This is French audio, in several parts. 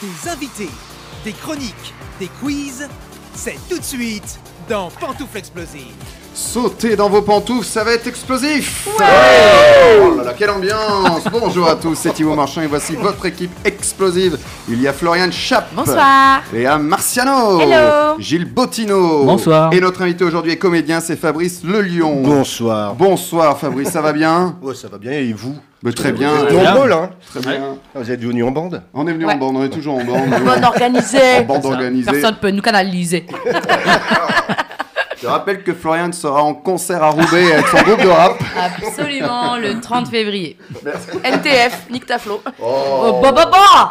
Des invités, des chroniques, des quiz, c'est tout de suite dans Pantoufle Explosive. Sautez dans vos pantoufles, ça va être explosif Oh là là, quelle ambiance Bonjour à tous, c'est Thibaut Marchand et voici votre équipe explosive. Il y a Florian Schapp. Bonsoir. Léa Marciano. Hello. Gilles Bottino. Bonsoir. Et notre invité aujourd'hui est comédien, c'est Fabrice Le Lion. Bonsoir. Bonsoir Fabrice, ça va bien Ouais, ça va bien, et vous Bah, Très bien. Vous êtes Ouais. nombreux, là, hein Très bien. Ah, Vous êtes venus en bande On est venu en Ouais. bande, on est toujours en bande. Bonne en organisée. bande organisée. Personne peut nous canaliser. Je rappelle que Florian sera en concert à Roubaix avec son groupe de rap. Absolument, le 30 février. NTF, nique ta flo. Oh, Oh, bah, bah, bah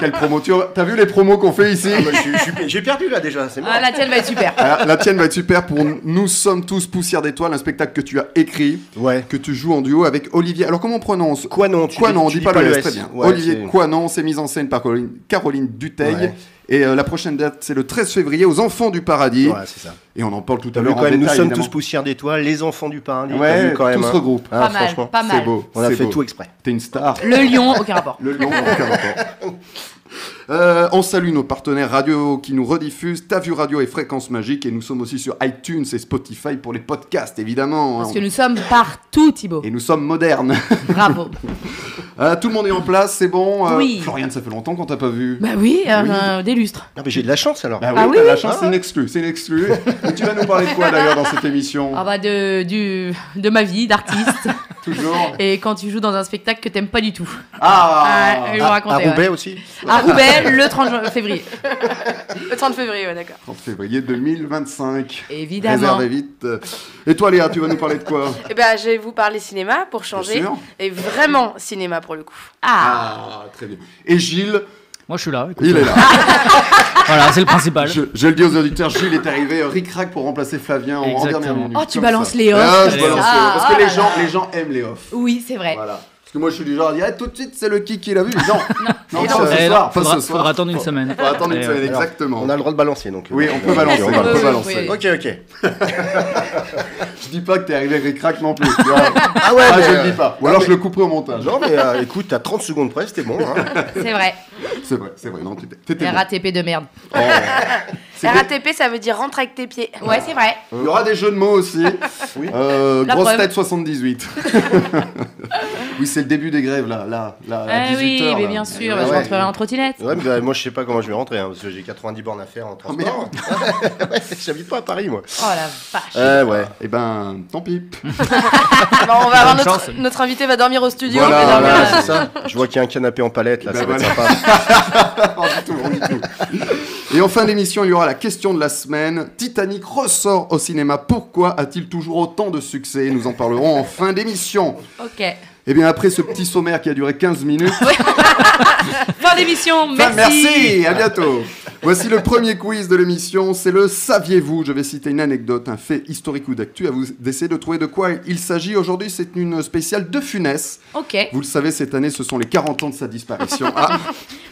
quelle promo tu T'as vu les promos qu'on fait ici Ah, bah, je suis- je suis- J'ai perdu, là, déjà, c'est mort. Ah, la tienne va être super. Ah, la tienne va être super pour Nous sommes tous poussière d'étoiles, un spectacle que tu as écrit, Ouais. que tu joues en duo avec Olivier. Alors comment on prononce Quoi non tu Quoi non, on tu dit pas le S. S, très bien. Ouais, Olivier c'est- Quanon, c'est mise en scène par Caroline, Caroline Duteil. Ouais. Et euh, la prochaine date, c'est le 13 février aux Enfants du Paradis. Ouais, c'est ça. Et on en parle tout à T'as vu l'heure en quand même, nous détail, sommes évidemment. tous poussière d'étoiles, les enfants du paradis. t'as Ouais, vu quand même, tout hein. se regroupe. Ah, Pas mal, franchement, pas C'est mal. beau. On a c'est fait beau. tout exprès. T'es une star. Le lion, aucun rapport. Le lion, aucun rapport. Euh, on salue nos partenaires radio qui nous rediffusent, Tavu Radio et Fréquence Magique, et nous sommes aussi sur iTunes et Spotify pour les podcasts, évidemment. hein. Parce que nous sommes partout, Thibaut. Et nous sommes modernes. Bravo. Euh, tout le monde est en place, c'est bon. euh, Oui. Florian, ça fait longtemps qu'on t'a pas vu. Bah oui, euh, Oui. euh, des lustres. Ah, mais j'ai de la chance alors. Bah Ah oui, t'as oui. la chance, c'est une exclue, c'est une exclue. Et tu vas nous parler de quoi d'ailleurs dans cette émission Ah bah de, du, de ma vie d'artiste. Toujours. Et quand tu joues dans un spectacle que t'aimes pas du tout. Ah Ouais, ils Ah, à, vont raconter, ouais. Roubaix aussi À Roubaix, le 30 ju- février. Le 30 février, ouais, d'accord. 30 février 2025. Évidemment. Réservez vite. Et toi Léa, tu vas nous parler de quoi Eh ben, je vais vous parler cinéma pour changer. Bien sûr. Et vraiment cinéma pour le coup. Ah, Ah, très bien. Et Gilles, Moi, je suis là. écoute. il est là. Voilà, c'est le principal. Je, je le dis aux auditeurs, Gilles est arrivé euh, ric-rac pour remplacer Flavien en- en, Exactement. dernière minute. Oh, tu comme balances ça. les offs Ah, comme je ça. balance les offs. Parce que Ah, les là, gens, là. les gens aiment les offs. oui, c'est vrai. Voilà. Parce que moi, je suis du genre à dire, Eh, tout de suite, c'est le qui qui l'a vu. Non, non, Et pas non. ce Eh, soir, pas faudra, ce soir. faudra attendre une semaine. Faut attendre une Et, semaine, euh, Alors, exactement. On a le droit de balancer donc. euh, Oui, on peut balancer, on Oui, peut oui, balancer. oui. Ok, ok. Je dis pas que t'es arrivé ric-rac non plus. tu vois. Ah ouais, Ah, mais, je le euh, dis pas. Ou alors, je le couperai au montage. Non, mais euh, écoute, t'as 30 secondes près, c'était bon. hein. C'est vrai. C'est vrai, c'est vrai. Non, t'étais- t'étais bon. RATP de merde. C'était- RATP, ça veut dire rentre avec tes pieds. Ouais, c'est vrai. Il y aura des jeux de mots aussi. Oui. Euh, La grosse preuve. tête 78. oui, c'est le début des grèves là, là, là. à Ah 18 oui, heures, mais là. bien sûr, Ouais, je ouais. rentrerai en trottinette. Ouais, mais bah, moi, je sais pas comment je vais rentrer hein, parce que j'ai 90 bornes à faire en Oh, transport. Ah, Ouais, J'habite pas à Paris, moi. Oh la vache. Euh, ouais. Eh ben, tant pis. Ah bah, on va avoir Bonne notre, chance. notre invité va dormir au studio. Voilà, mais non, voilà. mais, euh, c'est ça. Ben Je vois qu'il y a un canapé en palette là, Bah ça va être voilà. sympa. Pas du tout, pas du tout. Et en fin d'émission, il y aura la question de la semaine. Titanic ressort au cinéma. Pourquoi a-t-il toujours autant de succès Nous en parlerons en fin d'émission. Ok. Et bien après ce petit sommaire qui a duré 15 minutes. Fin d'émission, Enfin, merci. à bientôt. Voici le premier quiz de l'émission, c'est le saviez-vous. Je vais citer une anecdote, un fait historique ou d'actu à vous d'essayer de trouver de quoi il s'agit. Aujourd'hui, c'est une spéciale de Funès. Ok. Vous le savez, cette année, ce sont les 40 ans de sa disparition. Ah,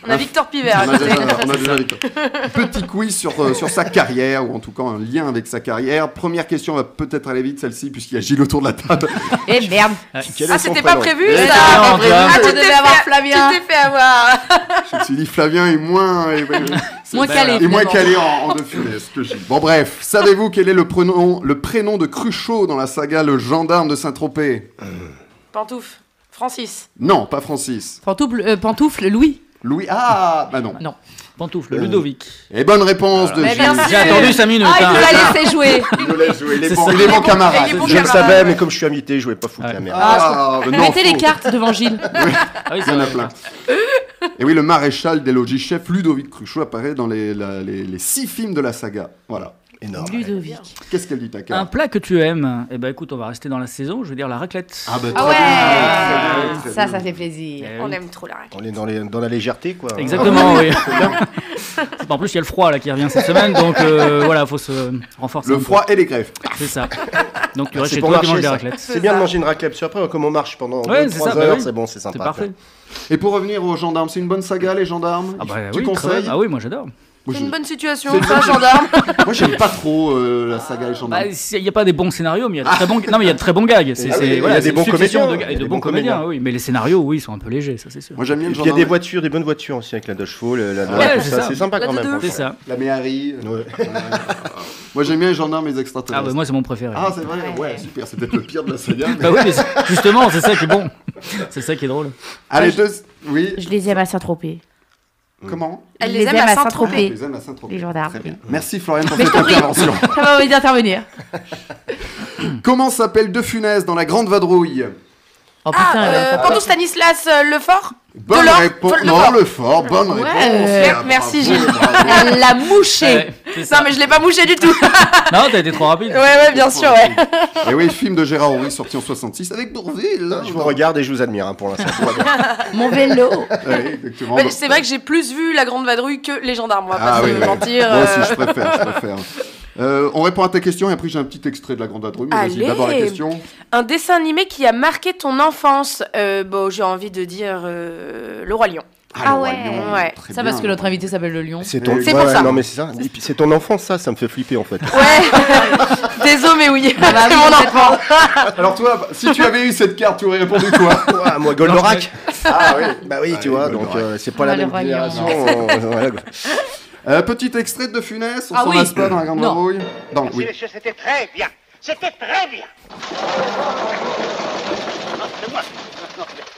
on a Victor Piver. on à a côté. déjà- Ah, on a déjà avec- Petit quiz sur, euh, sur sa carrière, ou en tout cas un lien avec sa carrière. Première question, on va peut-être aller vite celle-ci, puisqu'il y a Gilles autour de la table. Et Eh, merde. Quel est Ah, son c'était pas prénom prévu Eh, ça non, Ah, tu grave. t'es Tu devais fait- avoir Flavien. Tu t'es fait avoir. Je me suis dit, Flavien est moins... est- Moins ben, calé. Et moins finalement. calé en, en de Funès que Gilles. Bon bref, savez-vous quel est le prénom, le prénom de Cruchot dans la saga Le Gendarme de Saint-Tropez Pantouf. Francis. Non, pas Francis. Pantoufle, euh, pantoufle, Louis. Louis... Ah Bah non. Non. Euh, Pantoufle, Ludovic. Et bonne réponse de Mais Gilles. bien J'ai sûr. attendu 5 minutes. Ah, il hein. nous l'a laissé jouer. Il nous laisse jouer, il est C'est bon, ça. il est bon Il est bon, camarade. il est bon Je le camarade. savais, mais comme je suis invité, je voulais pas foutre Ouais. la merde. Ah, mais non, Mettez les faux. cartes devant Gilles. Ah oui, Il y en a c'est- plein. Et oui, le maréchal des logis-chefs Ludovic Cruchot apparaît dans les, la- les- les six films de la saga. Voilà. Énorme. Ludovic. Qu'est-ce qu'elle dit, Taka Un plat que tu aimes. Eh ben, écoute, on va rester dans la saison. Je veux dire la raclette. Ah, bah, Ah très Ah, bien, très bien, ouais. très Ça, bien. ça fait plaisir. Eh On oui. aime trop la règle. On est dans, les, dans la légèreté, quoi. Exactement, oui. en plus, il y a le froid là qui revient cette semaine, donc euh, voilà, faut se renforcer. Le un peu. froid Ah, et les greffes. C'est ça. Donc tu restes C'est chez pour toi, tu marcher. manges des ça. raclettes. C'est bien de manger une raclette. Parce que après, comme on marche pendant Ouais, 3 c'est ça, bah heures, oui. c'est bon, c'est sympa. C'est parfait. Et pour revenir aux gendarmes, c'est une bonne saga, les gendarmes Ah bah Tu oui, très- conseilles Ah oui, moi j'adore. Moi, C'est je- une bonne situation, C'est une c'est un bonne- gendarme. Moi, j'aime pas trop euh, la saga Ah, Les Gendarmes. Bah, Il n'y a pas des bons scénarios, mais il y a de très bons, non, mais il y a de très bons gags. C'est, Ah oui, c'est- il y a voilà, des c'est une bons succession comédiens, de, ga- il y a de des bons bons comédiens, comédiens. oui. Mais les scénarios, oui, ils sont un peu légers, ça, c'est sûr. Moi, j'aime bien Et le puis il y a des gendarme. voitures, des bonnes voitures aussi avec la Dodge Fall, euh, la Ouais, Dodge, c'est tout ça, ça. c'est sympa La quand même. Dodo. C'est franchement. ça. La Méhari. euh, Ouais. Moi, j'aime bien les gendarmes et les Ah, extraterrestres. bah, moi, c'est mon préféré. Ah, c'est vrai, ouais, Ouais. super, c'est peut-être le pire de la saga. mais- Bah oui, mais c'est- justement, c'est ça qui est bon. C'est ça qui est drôle. Allez, deux. Oui, Je les aime à Saint-Tropez. comment Je Elle les aime à Saint-Tropez. Les hommes à Saint-Tropez. Les gendarmes. Très bien. Merci Florian pour Mais je cette t'en prie. intervention. J'avais envie d'intervenir. Comment s'appelle De Funès dans La Grande Vadrouille Oh Ah, putain, euh, Pantou Stanislas euh, Lefort Bonne Delors, réponse. Fol- Non, Lefort. le fort, bonne Ouais. réponse. Euh, Ah, merci, bravo, Gilles. bravo. elle l'a mouché. Ouais, c'est Non, ça. mais je l'ai pas mouché du tout. Non, t'as été trop rapide. ouais, ouais, bien sûr, ouais. Et oui, film de Gérard Horry sorti en 66 avec Bourville. Je vous regarde et je vous admire hein, pour l'instant. Tout va bien. mon vélo. Ouais, exactement. Mais c'est vrai que j'ai plus vu La Grande Vadrouille que Les Gendarmes, on va Ah pas oui, se oui. mentir. Moi euh, aussi, je préfère, je préfère. Euh, on répond à ta question et après j'ai un petit extrait de la grande vadrouille. Mais vas-y, Allez. d'abord la question. Un dessin animé qui a marqué ton enfance. Euh, bon, j'ai envie de dire euh, Le Roi Lion. Ah le Roi ouais. Lion, Ouais. très Ça bien. parce que notre invité s'appelle le lion. C'est ton, C'est pour ouais, ouais, ça. Non mais c'est ça. Et puis, C'est ton enfance ça, ça me fait flipper en fait. Ouais. Désolé, mais oui. Ah bah C'est mon enfant. Alors toi, si tu avais eu cette carte, tu aurais répondu quoi Ouah, moi Goldorak. Ah oui. Bah oui, Ah tu oui, vois. Goldorak. Donc euh, c'est pas Ah, la le même Roi Lion. génération. euh, voilà, quoi. Euh, Petit extrait de Funès, on Ah s'en oui. lasse pas dans la grande Non. vadrouille. Dans, oui. messieurs, c'était très bien. C'était très bien. Non, c'est moi. Non, non, merci.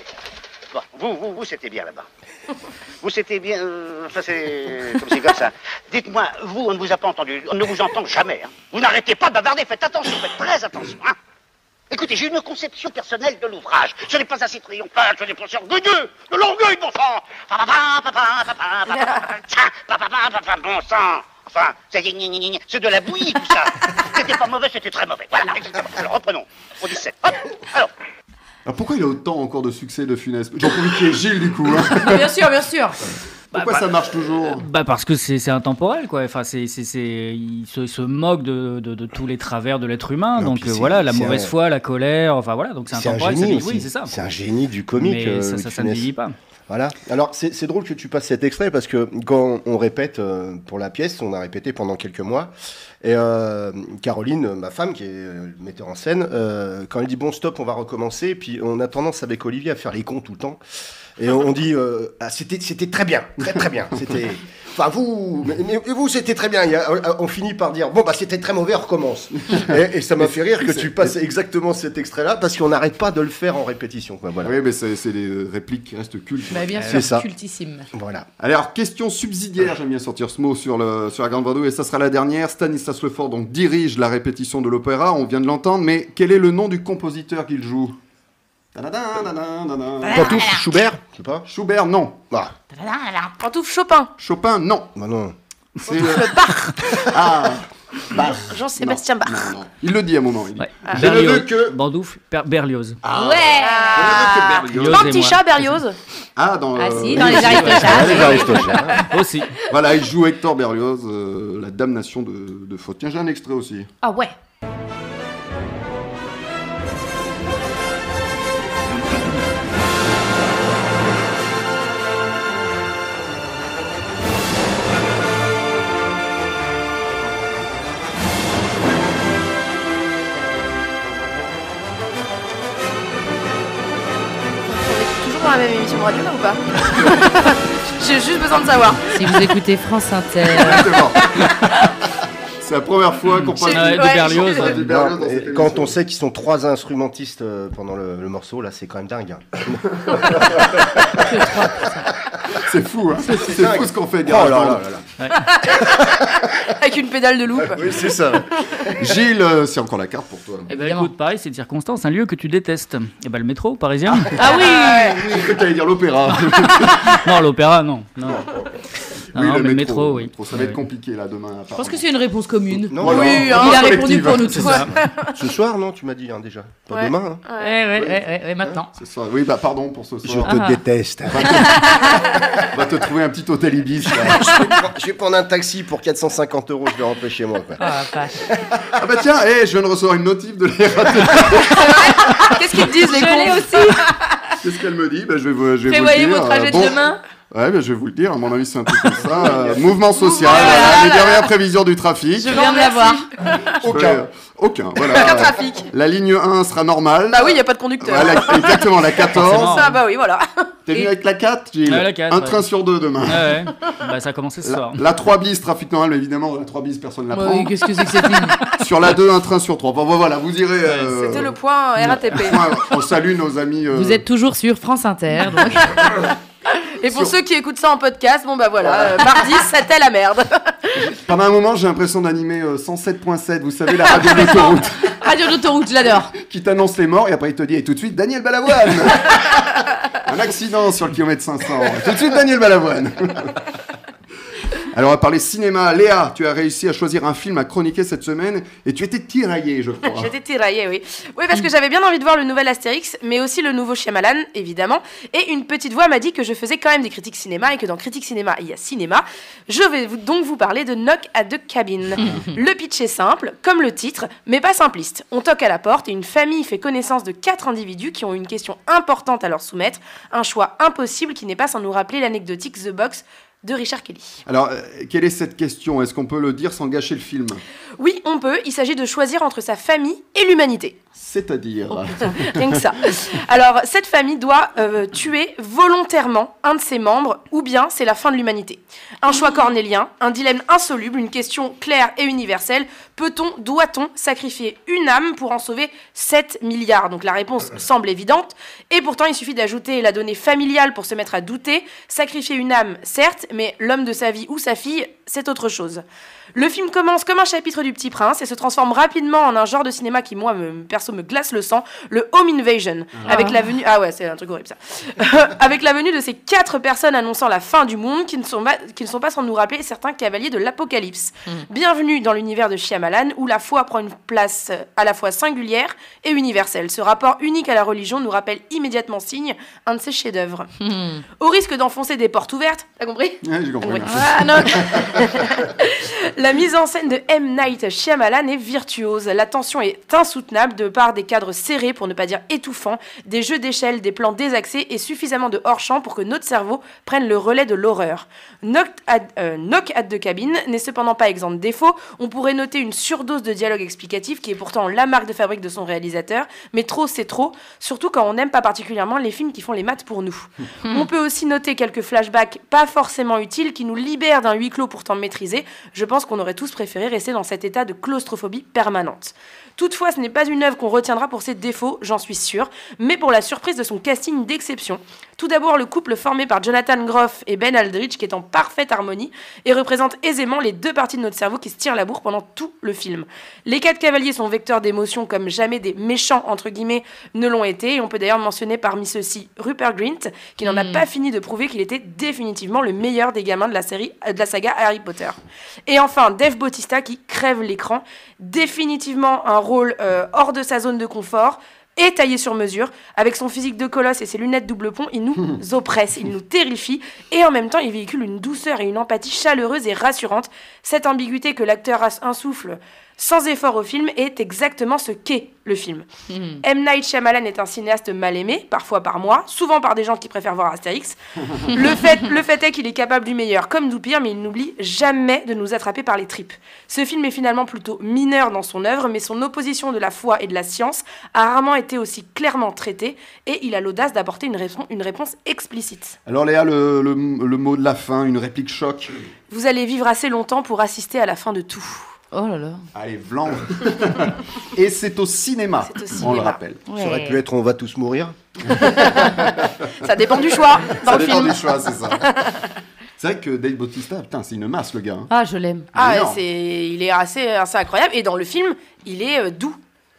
Bon, vous, vous, vous, c'était bien là-bas. Vous, c'était bien. euh, Enfin, c'est comme c'est comme ça. Dites-moi, vous, on ne vous a pas entendu. On ne vous entend jamais. hein. Vous n'arrêtez pas de bavarder. Faites attention, faites très attention. hein. Écoutez, j'ai une conception personnelle de l'ouvrage. Ce n'est pas assez triomphal, ce n'est pas orgueilleux. De l'orgueil, bon sang. Pa, pa, pa, pa, pa, pa, pa, pa, pa, pa, tcha, pa, pa, pa, pa, pa, Bon sang. Enfin, ça y est, gna, gna, gna, gna. c'est de la bouillie tout ça. C'était pas mauvais, c'était très mauvais. Voilà, exactement. Alors reprenons. Au 17. Hop. Alors, Alors pourquoi il a autant encore de succès de Funès J'en profite qu'il y ait Gilles du coup. hein. bien sûr, bien sûr. Pourquoi ça marche toujours Bah parce que c'est c'est intemporel quoi. Enfin c'est c'est c'est il se, il se moque de, de, de tous les travers de l'être humain. Non, donc puis euh, c'est- voilà la c'est mauvaise un- foi, la colère. Enfin voilà donc c'est C'est un intemporel. ça génie. vieillit- aussi. oui c'est ça. C'est un génie du comique. Mais euh, ça, Louis ça, de ça ne Funès. vieillit pas. Voilà. Alors, c'est c'est drôle que tu passes cet extrait parce que quand on répète euh, pour la pièce, on a répété pendant quelques mois, et euh, Caroline, euh, ma femme, qui est euh, metteur en scène, euh, quand elle dit bon, stop, on va recommencer, et puis on a tendance avec Olivier à faire les cons tout le temps. Et on dit, euh, ah, c'était c'était très bien, très très bien. C'était. Enfin, vous, mais, mais vous, c'était très bien. Il y a- euh, on finit par dire, bon, bah, c'était très mauvais, on recommence. Et, et ça m'a fait rire que tu passes exactement cet extrait-là parce qu'on n'arrête pas de le faire en répétition. quoi, Voilà. Oui, mais c'est c'est les répliques qui restent cultes. Bah, bien C'est sûr, ça. cultissime. Voilà. Allez, alors, question subsidiaire, j'aime bien sortir ce mot sur, le, sur la Grande Bordeaux, et ça sera la dernière. Stanislas Lefort donc, dirige la répétition de l'opéra, on vient de l'entendre, mais quel est le nom du compositeur qu'il joue Tadadin, tadadin, tadadin. Pantouf, Schubert, je sais pas. Schubert, non. Bah, Ah, Pantouf Chopin. Chopin, non. bah non. C'est euh, le Bach. Ah, Bach. Jean-Sébastien Bach. Non, non. Il le dit à un moment. Il dit. Ouais. Ah. Je ne veux Berlioz- que. Bandoufle, Per- Berlioz. Ah, Ah. je ne veux que Pas Berlioz. Berlioz. un petit chat, Berlioz. Ah, dans. Ah euh, si, dans les aristochats. Allez, Aristote. Aussi. Voilà, il joue Hector Berlioz, euh, la damnation de, de faute. Tiens, j'ai un extrait aussi. Ah ouais. On est toujours dans la même émission de radio, là, ou pas J'ai juste besoin de savoir. Si vous écoutez France Inter. Exactement. C'est la première fois qu'on J'ai- parle Ouais, euh, de Berlioz. j'ai- du Berlioz dans Et cette Quand émission. on sait qu'ils sont trois instrumentistes euh, pendant le, le morceau, là, c'est quand même dingue. hein. C'est fou, hein C'est dingue. fou ce qu'on fait, Oh là Garage là Band. là là. Avec une pédale de loupe. Oui, c'est ça. Gilles, euh, c'est encore la carte pour toi. Eh ben, Évidemment. écoute, pareil, c'est de circonstance, un lieu que tu détestes. Et ben le métro parisien. Ah oui J'ai cru que t'allais dire Ah, l'opéra. non, l'opéra, non. Non, Non, non, mais le métro, le oui. Ça va être Ouais. compliqué, là, demain. Je pense que c'est une réponse commune. Non, Voilà. mais Oui, hein. Il a Collective. répondu pour nous tous. C'est ça. alors, ce soir, non, tu m'as dit hein, déjà. Pas Ouais. demain. hein. Ouais, Ah. ouais, ouais, ouais, ouais, maintenant. Ce soir- Oui, bah pardon pour ce Je soir. te Ah. déteste. On va te trouver un petit hôtel Ibis. là. je vais prendre un taxi pour 450 euros, je vais rentrer chez moi. quoi. Ah, vache. ah bah tiens, hé, je viens de recevoir une notif de l'air. Qu'est-ce qu'ils te disent, les Je l'ai cons aussi. Qu'est-ce qu'elle me dit Ben, Je vais vous, je vais vous le Prévoyez dire. euh, vos trajets de Bon, demain. Ouais, ben, je vais vous le dire. À mon avis, c'est un peu comme ça. Euh, mouvement social. Voilà, voilà, les là, dernières prévisions du trafic. Je viens de la voir. Je peux- euh, Aucun. Aucun. Aucun Voilà. trafic. la ligne 1 sera normale. Bah oui, il n'y a pas de conducteur. Voilà, exactement, la 14. Forcément. Ça, bah oui, voilà. T'es venu avec la 4, Gilles Ouais, la 4, Un ouais. train sur deux demain. Ouais, ouais. Bah, ça a commencé ce La, soir. la 3 bis, trafic normal, mais évidemment, la 3 bis, personne ne Ah, la Bah prend. oui, Qu'est-ce que c'est que cette ligne Sur la 2, un train sur 3. Bon, voilà, vous irez. euh, C'était le point RATP. point. on salue nos amis. euh, Vous êtes toujours sur France Inter. donc. Et pour ceux qui écoutent ça en podcast, bon bah voilà, euh, mardi, c'était la merde. Pendant un moment, j'ai l'impression d'animer euh, 107.7, vous savez, la radio de l'autoroute, Radio d'autoroute, je l'adore. qui t'annonce les morts et après il te dit, et tout de suite, Daniel Balavoine Un accident sur le kilomètre 500. Tout de suite, Daniel Balavoine Alors, on va parler cinéma. Léa, tu as réussi à choisir un film à chroniquer cette semaine et tu étais tiraillée, je crois. J'étais tiraillée, oui. Oui, parce que j'avais bien envie de voir le nouvel Astérix, mais aussi le nouveau Shyamalan, évidemment. Et une petite voix m'a dit que je faisais quand même des critiques cinéma et que dans critiques cinéma, il y a cinéma. Je vais vous- donc vous parler de Knock à deux cabines. le pitch est simple, comme le titre, mais pas simpliste. On toque à la porte et une famille fait connaissance de quatre individus qui ont une question importante à leur soumettre, un choix impossible qui n'est pas sans nous rappeler l'anecdotique The Box de Richard Kelly. Alors, euh, quelle est cette question Est-ce qu'on peut le dire sans gâcher le film Oui, on peut, il s'agit de choisir entre sa famille et l'humanité. C'est-à-dire Oh. Rien que ça. Alors, cette famille doit euh, tuer volontairement un de ses membres, ou bien c'est la fin de l'humanité. Un choix cornélien, un dilemme insoluble, une question claire et universelle. Peut-on, doit-on sacrifier une âme pour en sauver 7 milliards Donc la réponse semble évidente, et pourtant il suffit d'ajouter la donnée familiale pour se mettre à douter. Sacrifier une âme, certes, mais l'homme de sa vie ou sa fille, c'est autre chose. Le film commence comme un chapitre du Petit Prince et se transforme rapidement en un genre de cinéma qui, moi, me, perso, me glace le sang, le Home Invasion. Avec la venue... Ah ouais, c'est un truc horrible, ça. avec la venue de ces quatre personnes annonçant la fin du monde qui ne sont pas, qui ne sont pas sans nous rappeler certains cavaliers de l'Apocalypse. Bienvenue dans l'univers de Shyamalan où la foi prend une place euh, à la fois singulière et universelle. Ce rapport unique à la religion nous rappelle immédiatement Signe, un de ses chefs-d'œuvre. Au risque d'enfoncer des portes ouvertes, t'as compris Ouais, J'ai compris. oui. Ah, non. la mise en scène de M. Night Shyamalan est virtuose. La tension est insoutenable de par des cadres serrés, pour ne pas dire étouffants, des jeux d'échelle, des plans désaxés et suffisamment de hors-champ pour que notre cerveau prenne le relais de l'horreur. Knock at, euh, Knock at the Cabin n'est cependant pas exempt de défauts. On pourrait noter une surdose de dialogue explicatif qui est pourtant la marque de fabrique de son réalisateur, mais trop c'est trop, surtout quand on n'aime pas particulièrement les films qui font les maths pour nous. On peut aussi noter quelques flashbacks pas forcément utiles qui nous libèrent d'un huis clos pourtant maîtrisé. Je pense qu'on aurait tous préféré rester dans cet état de claustrophobie permanente. Toutefois, ce n'est pas une œuvre qu'on retiendra pour ses défauts, j'en suis sûre, mais pour la surprise de son casting d'exception. Tout d'abord, le couple formé par Jonathan Groff et Ben Aldrich qui est en parfaite harmonie et représente aisément les deux parties de notre cerveau qui se tirent la bourre pendant tout le film. Les quatre cavaliers sont vecteurs d'émotions comme jamais des méchants, entre guillemets, ne l'ont été, et on peut d'ailleurs mentionner parmi ceux-ci Rupert Grint, qui n'en a pas fini de prouver qu'il était définitivement le meilleur des gamins de la, série, euh, de la saga Harry Potter. Et enfin, Dave Bautista, qui crève l'écran, définitivement un rôle euh, hors de sa zone de confort, et taillé sur mesure, avec son physique de colosse et ses lunettes double pont, il nous oppresse, il nous terrifie, et en même temps, il véhicule une douceur et une empathie chaleureuse et rassurante. Cette ambiguïté que l'acteur as- insuffle sans effort au film est exactement ce qu'est le film. M. Night Shyamalan est un cinéaste mal aimé, parfois par moi, souvent par des gens qui préfèrent voir Astérix. le, fait, le fait est qu'il est capable du meilleur comme du pire, mais il n'oublie jamais de nous attraper par les tripes. Ce film est finalement plutôt mineur dans son œuvre, mais son opposition de la foi et de la science a rarement été aussi clairement traitée, et il a l'audace d'apporter une, réponse- une réponse explicite. Alors, Léa, le, le- le mot de la fin, une réplique choc. Vous allez vivre assez longtemps pour assister à la fin de tout. Oh là là. Allez, vlan Et c'est au cinéma, C'est au on le cinéma. rappelle. Ça aurait pu être On va tous mourir. Ça dépend du choix dans ça le dépend film. du choix, c'est ça. C'est vrai que Dave Bautista, putain, c'est une masse, le gars. hein. Ah, je l'aime. Ah, Énorme. ouais, c'est, il est assez, assez incroyable. Et dans le film, il est euh, doux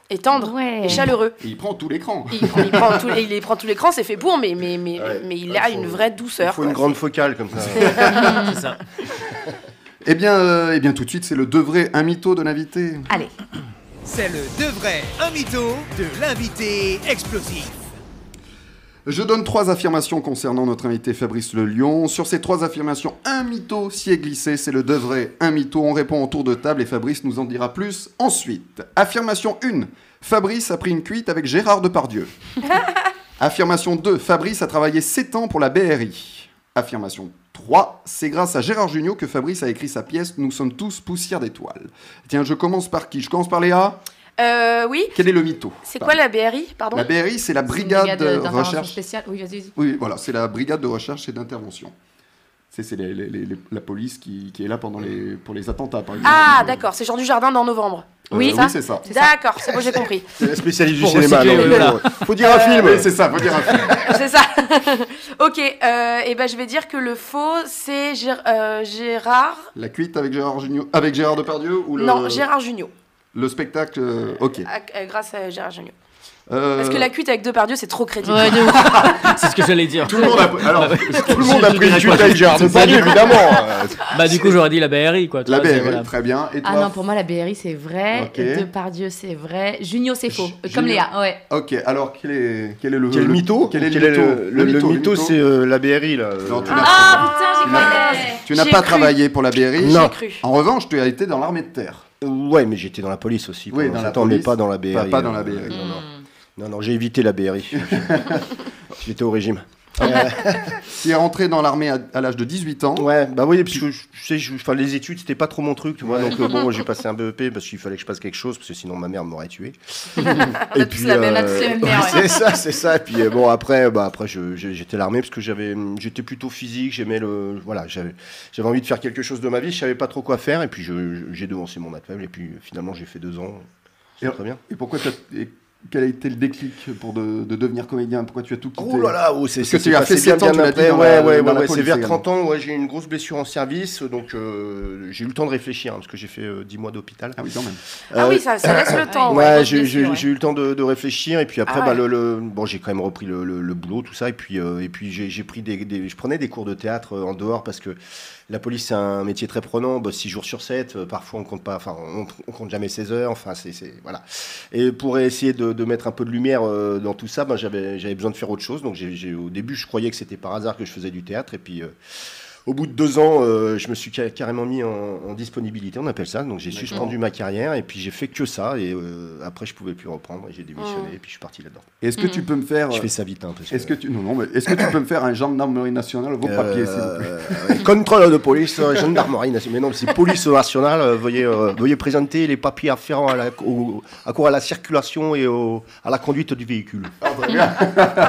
et tendre Ouais. et chaleureux. Et il prend tout l'écran. Il, il prend tout, il prend tout l'écran, c'est fait pour, mais, mais, mais, Ouais. mais il Ouais, a faut- une vraie Il Ah. douceur. faut une quoi. grande focale comme ça. C'est ça. Eh bien, euh, eh bien, tout de suite, c'est le de vrai, un mytho de l'invité. Allez. C'est le de vrai, un mytho de l'invité explosif. Je donne trois affirmations concernant notre invité Fabrice Le Lion. Sur ces trois affirmations, un mytho s'y est glissé, c'est le de vrai, un mytho. On répond en tour de table et Fabrice nous en dira plus ensuite. Affirmation 1. Fabrice a pris une cuite avec Gérard Depardieu. Affirmation 2, Fabrice a travaillé 7 ans pour la BRI. Affirmation 3, c'est grâce à Gérard Jugnot que Fabrice a écrit sa pièce Nous sommes tous poussière d'étoiles. Tiens, je commence par qui Je commence par Léa. Euh, oui. Quel est le mytho C'est quoi la BRI Pardon La BRI, c'est la brigade, de recherche. spéciale. Oui, vas-y, vas-y. Oui, voilà, c'est la brigade de recherche et d'intervention. C'est c'est les- les- les- les- la police qui, qui est là pendant les, pour les attentats, par exemple. Ah, d'accord, c'est genre du jardin dans novembre. Euh, oui, oui, ça c'est ça. D'accord, c'est bon, j'ai compris. C'est la spécialiste du Pour cinéma. euh, recycler, donc, voilà. faut- Faut dire un Euh, film. Oui, c'est ça, faut dire un film. C'est ça. ok, euh, et ben je vais dire que le faux, c'est Gér- euh, Gérard. La cuite avec Gérard, Jugnot- avec Gérard Depardieu ou le, Non, Gérard Junior. Ah, le spectacle euh, Ok. Grâce à Gérard Junior. Euh, Parce que la cuite avec Depardieu, c'est trop crédible. Ouais, de ouf. C'est ce que j'allais dire. Tout le monde a, alors, Tout le monde a pris Je une dirais chute pas. avec Gérard C'est ça, Depardieu, du coup. évidemment. Euh, Bah, du coup, j'aurais dit la BRI, quoi. tu la vois, Ah, c'est- BRI, voilà. très bien. Et toi Ah non, pour moi, la BRI, c'est vrai. Ok. Depardieu, c'est vrai. Junio, c'est faux. Ju- Euh, Comme Junio. Léa, ouais. Ok, alors quel est, quel est le. Quel le- mytho Quel est Quel le mytho le- le mytho, c'est euh, la BRI, là. Non, tu Ah, Euh, n'as Ah, putain, tu n'as- tu n'as pas travaillé pour la BRI. Non. cru. En revanche, tu as été dans l'armée de terre. Euh, Ouais, mais j'étais dans la police aussi. Oui, pendant dans ce la temps, mais police. pas dans la BRI. Pas- pas euh, dans la BRI. Non, non, non, non, j'ai évité la BRI. j'étais au régime. Tu es rentré dans l'armée à, à l'âge de 18 ans. Ouais, bah oui, parce que je, je sais, je- enfin, les études, c'était pas trop mon truc, tu vois. Donc euh, bon, j'ai passé un BEP parce qu'il fallait que je passe quelque chose, parce que sinon ma mère m'aurait tué. et puis, la même- on a tous les mêmes mères, ouais, c'est ça, c'est ça. Et puis euh, bon, après, bah après, je- je- j'étais à l'armée parce que j'avais, j'étais plutôt physique, j'aimais le, voilà, j'avais, j'avais envie de faire quelque chose de ma vie, je savais pas trop quoi faire, et puis je- je- j'ai devancé mon maths faible, et puis finalement j'ai fait deux ans. C'est Et- très bien. Et pourquoi tu as- et quel a été le déclic pour de, de devenir comédien Pourquoi tu as tout quitté Oh là là, oh, c'est Parce que c'est- tu c'est as passé fait sept bien ans, tu l'as dit, après, dans ouais, la- ouais, dans la ouais, ouais, c'est police vers également. 30 ans, ouais, j'ai eu une grosse blessure en service, donc euh, j'ai eu le temps de réfléchir, hein, parce que j'ai fait euh, 10 mois d'hôpital. Ah oui, quand même. Ah Euh, oui, ça, ça laisse le temps. Ouais, ouais. j'ai bien sûr, j'ai- ouais. j'ai eu le temps de, de réfléchir et puis après, Ah bah, ouais. le, le- bon, j'ai quand même repris le, le- le boulot, tout ça et puis euh, et puis j'ai j'ai pris des, des- je prenais des cours de théâtre euh, en dehors parce que la police c'est un métier très prenant, bah, 6 jours sur 7, parfois on compte pas, enfin on, on compte jamais 16 heures, enfin c'est c'est- voilà. Et pour essayer de, de mettre un peu de lumière euh, dans tout ça, bah, j'avais j'avais besoin de faire autre chose, donc j'ai j'ai- au début je croyais que c'était par hasard que je faisais du théâtre et puis euh, au bout de deux ans, euh, je me suis ca- carrément mis en, en disponibilité, on appelle ça. Donc j'ai suspendu ma carrière et puis j'ai fait que ça. Et euh, après, je pouvais plus reprendre. et J'ai démissionné et puis je suis parti là-dedans. Est-ce que tu peux me faire. Je fais ça vite. Hein, parce Est-ce que tu non, non, mais est-ce que tu peux me faire un gendarmerie nationale au vos Euh, papiers s'il vous plaît euh, contrôle de police, euh, gendarmerie nationale. Mais non, c'est police nationale. euh, veuillez, euh, veuillez présenter les papiers afférents à la, au- à quoi à la circulation et au- à la conduite du véhicule.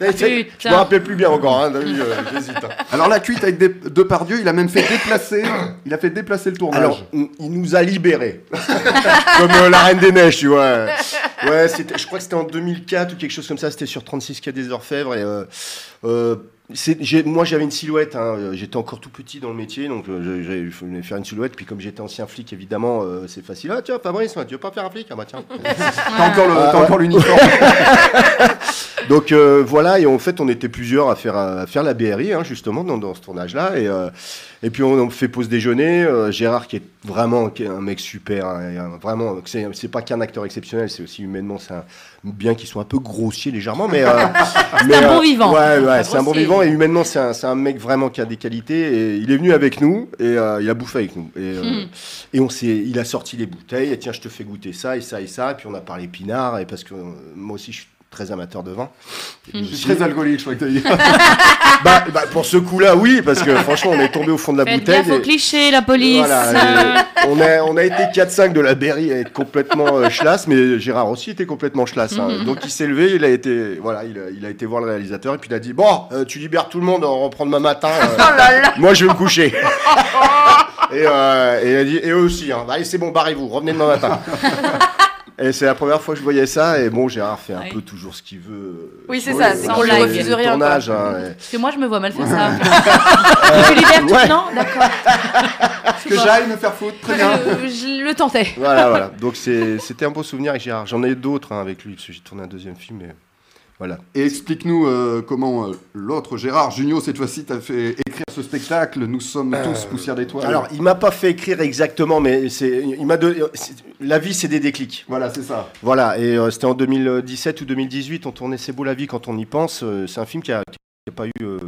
Je me Putain. rappelle plus bien encore. hein, t'as vu, euh, J'hésite. hein. Alors la cuite avec des... Depardieu, il a même fait déplacer, il a fait déplacer le tournage. Alors, on- il nous a libérés. comme euh, la Reine des Neiges, tu vois. Ouais, c'était- je crois que c'était en 2004 ou quelque chose comme ça. C'était sur 36 Quai des Orfèvres. Et, euh, euh, c'est- j'ai- moi, j'avais une silhouette. hein, euh, J'étais encore tout petit dans le métier. Donc, euh, j'ai- j'ai- il fallait faire une silhouette. Puis, comme j'étais ancien flic, évidemment, euh, c'est facile. Ah, tiens, Fabrice, tu veux pas faire un flic Ah, bah tiens. T'as encore le- Ah, t'as ouais. encore l'uniforme. Donc euh, voilà, et en fait, on était plusieurs à faire, à faire la BRI, hein, justement, dans, dans ce tournage-là. Et, euh, et puis, on, on fait pause déjeuner. euh, Gérard, qui est vraiment qui est un mec super, hein, et, euh, vraiment, c'est c'est pas qu'un acteur exceptionnel, c'est aussi humainement, c'est un- bien qu'ils soient un peu grossiers légèrement, mais. euh, mais, un bon euh, vivant. Ouais, ouais, Pas c'est un bon grossier. vivant, et humainement, c'est un, c'est un mec vraiment qui a des qualités. Et il est venu avec nous, et euh, il a bouffé avec nous. Et, euh, Hmm. et on s'est, il a sorti les bouteilles, et tiens, je te fais goûter ça, et ça, et ça. Et puis, on a parlé pinard, et parce que euh, moi aussi, je suis très amateur de vin. Je suis très alcoolique, je crois que t'as dit. Bah, bah, pour ce coup-là, oui, parce que franchement, on est tombé au fond de la Faites bouteille. gaffe aux et- clichés, la police. voilà, et on, a, on a été 4-5 de la Berry à être complètement euh, chlasse, mais Gérard aussi était complètement chlasse. hein. Mhm. Donc il s'est levé, il a été voilà, il a, il a été voir le réalisateur et puis il a dit bon, euh, tu libères tout le monde, on reprend demain matin. euh, Oh moi je vais me coucher. et, euh, et il a dit et eux aussi, hein. Bah, allez c'est bon, barrez-vous, revenez demain matin. Et c'est la première fois que je voyais ça, et bon, Gérard fait un Ouais. peu toujours ce qu'il veut. euh, Oui, c'est sur ça, les- c'est sur qu'on lui les refuse rien, quoi. tournages, hein, et- Parce que moi, je me vois mal faire ça. tu libères tout ouais. Non D'accord. Je sais Euh, Que pas. j'aille me faire foutre, très bien. Euh, je le tentais. voilà, voilà. Donc c'est- c'était un beau souvenir avec Gérard. J'en ai d'autres hein, avec lui, parce que j'ai tourné un deuxième film. Mais... Voilà. Et explique-nous euh, comment euh, l'autre Gérard Junio cette fois-ci t'a fait écrire ce spectacle. Nous sommes tous poussière d'étoiles. Alors, il m'a pas fait écrire exactement, mais c'est, il m'a donné. c'est- La vie, c'est des déclics. voilà, c'est ça. Voilà. Et euh, c'était en 2017 ou 2018, on tournait C'est beau la vie quand on y pense. Euh, c'est un film qui a, qui a pas eu euh,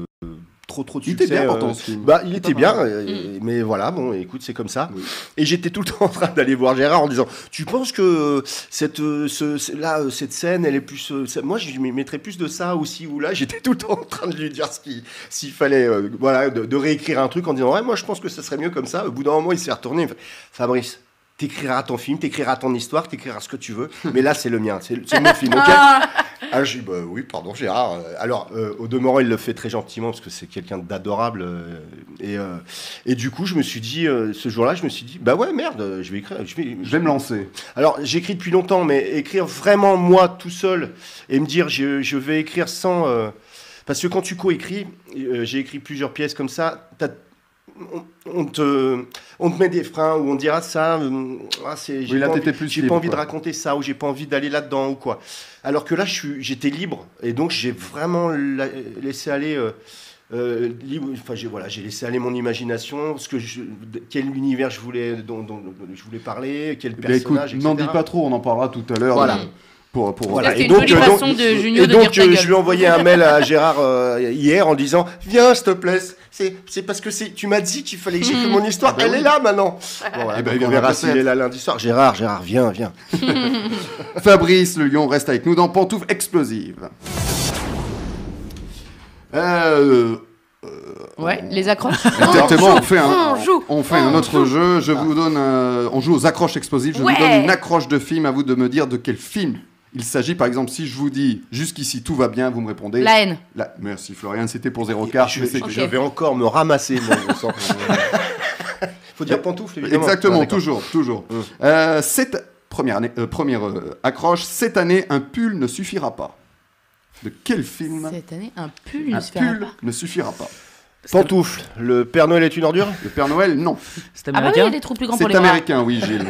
trop trop de Il succès. était bien euh, pourtant ce film. Bah, il était bien, mal. euh, mais voilà, bon, écoute, c'est comme ça. Oui. Et j'étais tout le temps en train d'aller voir Gérard en disant, tu penses que euh, cette, euh, ce- ce- là, euh, cette scène, elle est plus, euh, ça- moi, je lui mettrais plus de ça ou ci ou là. J'étais tout le temps en train de lui dire ce qu'il, s'il fallait, euh, voilà, de, de réécrire un truc en disant, ouais, moi, je pense que ça serait mieux comme ça. Au bout d'un moment, il s'est retourné. il fait, Fabrice. T'écriras ton film, t'écriras ton histoire, t'écriras ce que tu veux, mais là c'est le mien, c'est c'est mon film, ok ah, je dis, bah oui, pardon, Gérard. Euh, Alors, euh, au demeurant, il le fait très gentiment parce que c'est quelqu'un d'adorable. euh, et, euh, et du coup, je me suis dit, euh, ce jour-là, je me suis dit, bah ouais, merde, euh, je vais écrire. Je vais, Je vais me lancer. Alors, j'écris depuis longtemps, mais écrire vraiment moi tout seul et me dire, je, je vais écrire sans. euh, parce que quand tu coécris, euh, j'ai écrit plusieurs pièces comme ça, t'as- On, on te, on te met des freins ou on dira ça, euh, ah, c'est, j'ai Oui, là, pas envie- t'étais plus j'ai libre, pas envie de quoi. raconter ça ou j'ai pas envie d'aller là-dedans ou quoi. Alors que là, je suis- j'étais libre et donc j'ai vraiment la- laissé aller. euh, euh, libre- enfin, j'ai voilà, j'ai laissé aller mon imagination, ce que je- de- quel univers je voulais, dont, dont- dont je voulais parler, quel Bah, écoute, personnage, n'en dis etc.. pas trop, on en parlera tout à l'heure. Voilà. euh, Pour, pour, Voilà. Ça, c'est Et une donc, jolie euh, donc- façon de Junio Et de dire donc, ta euh, gueule. je lui ai envoyé un mail à Gérard euh, hier en disant Viens, s'il te plaît, c'est c'est parce que c'est- tu m'as dit qu'il fallait que j'écrive Hmm. mon Ah histoire, bah elle est là maintenant. Bon, voilà, Eh ben, donc il on viendra verra s'il peut-être. est là lundi soir. Gérard, Gérard, viens, viens. Fabrice Le Lion reste avec nous dans Pantoufles Explosives. Euh, Ouais, les accroches. exactement, on fait un, on joue, on fait un autre jeu. Je vous donne, euh, on joue aux accroches explosives. Je Ouais. vous donne une accroche de film. À vous de me dire de quel film il s'agit. Par exemple, si je vous dis jusqu'ici tout va bien, vous me répondez. Oh, La haine. la- Merci Florian, c'était pour zéro quart. je, mais c'est- je- je vais encore me ramasser. moi, je sens. Faut dire pantoufle, évidemment. Exactement, Ah, d'accord. toujours, toujours. Mm. Euh, cette première, année- euh, première euh, accroche, cette année, un pull ne suffira pas. De quel film Cette année, un pull ne un se fera pull pas. ne suffira pas Pantoufle, le Père Noël est une ordure Le Père Noël, non. C'est Ah bah oui, il y américain a des trous plus grands pour C'est les bras. américain, oui, Gilles.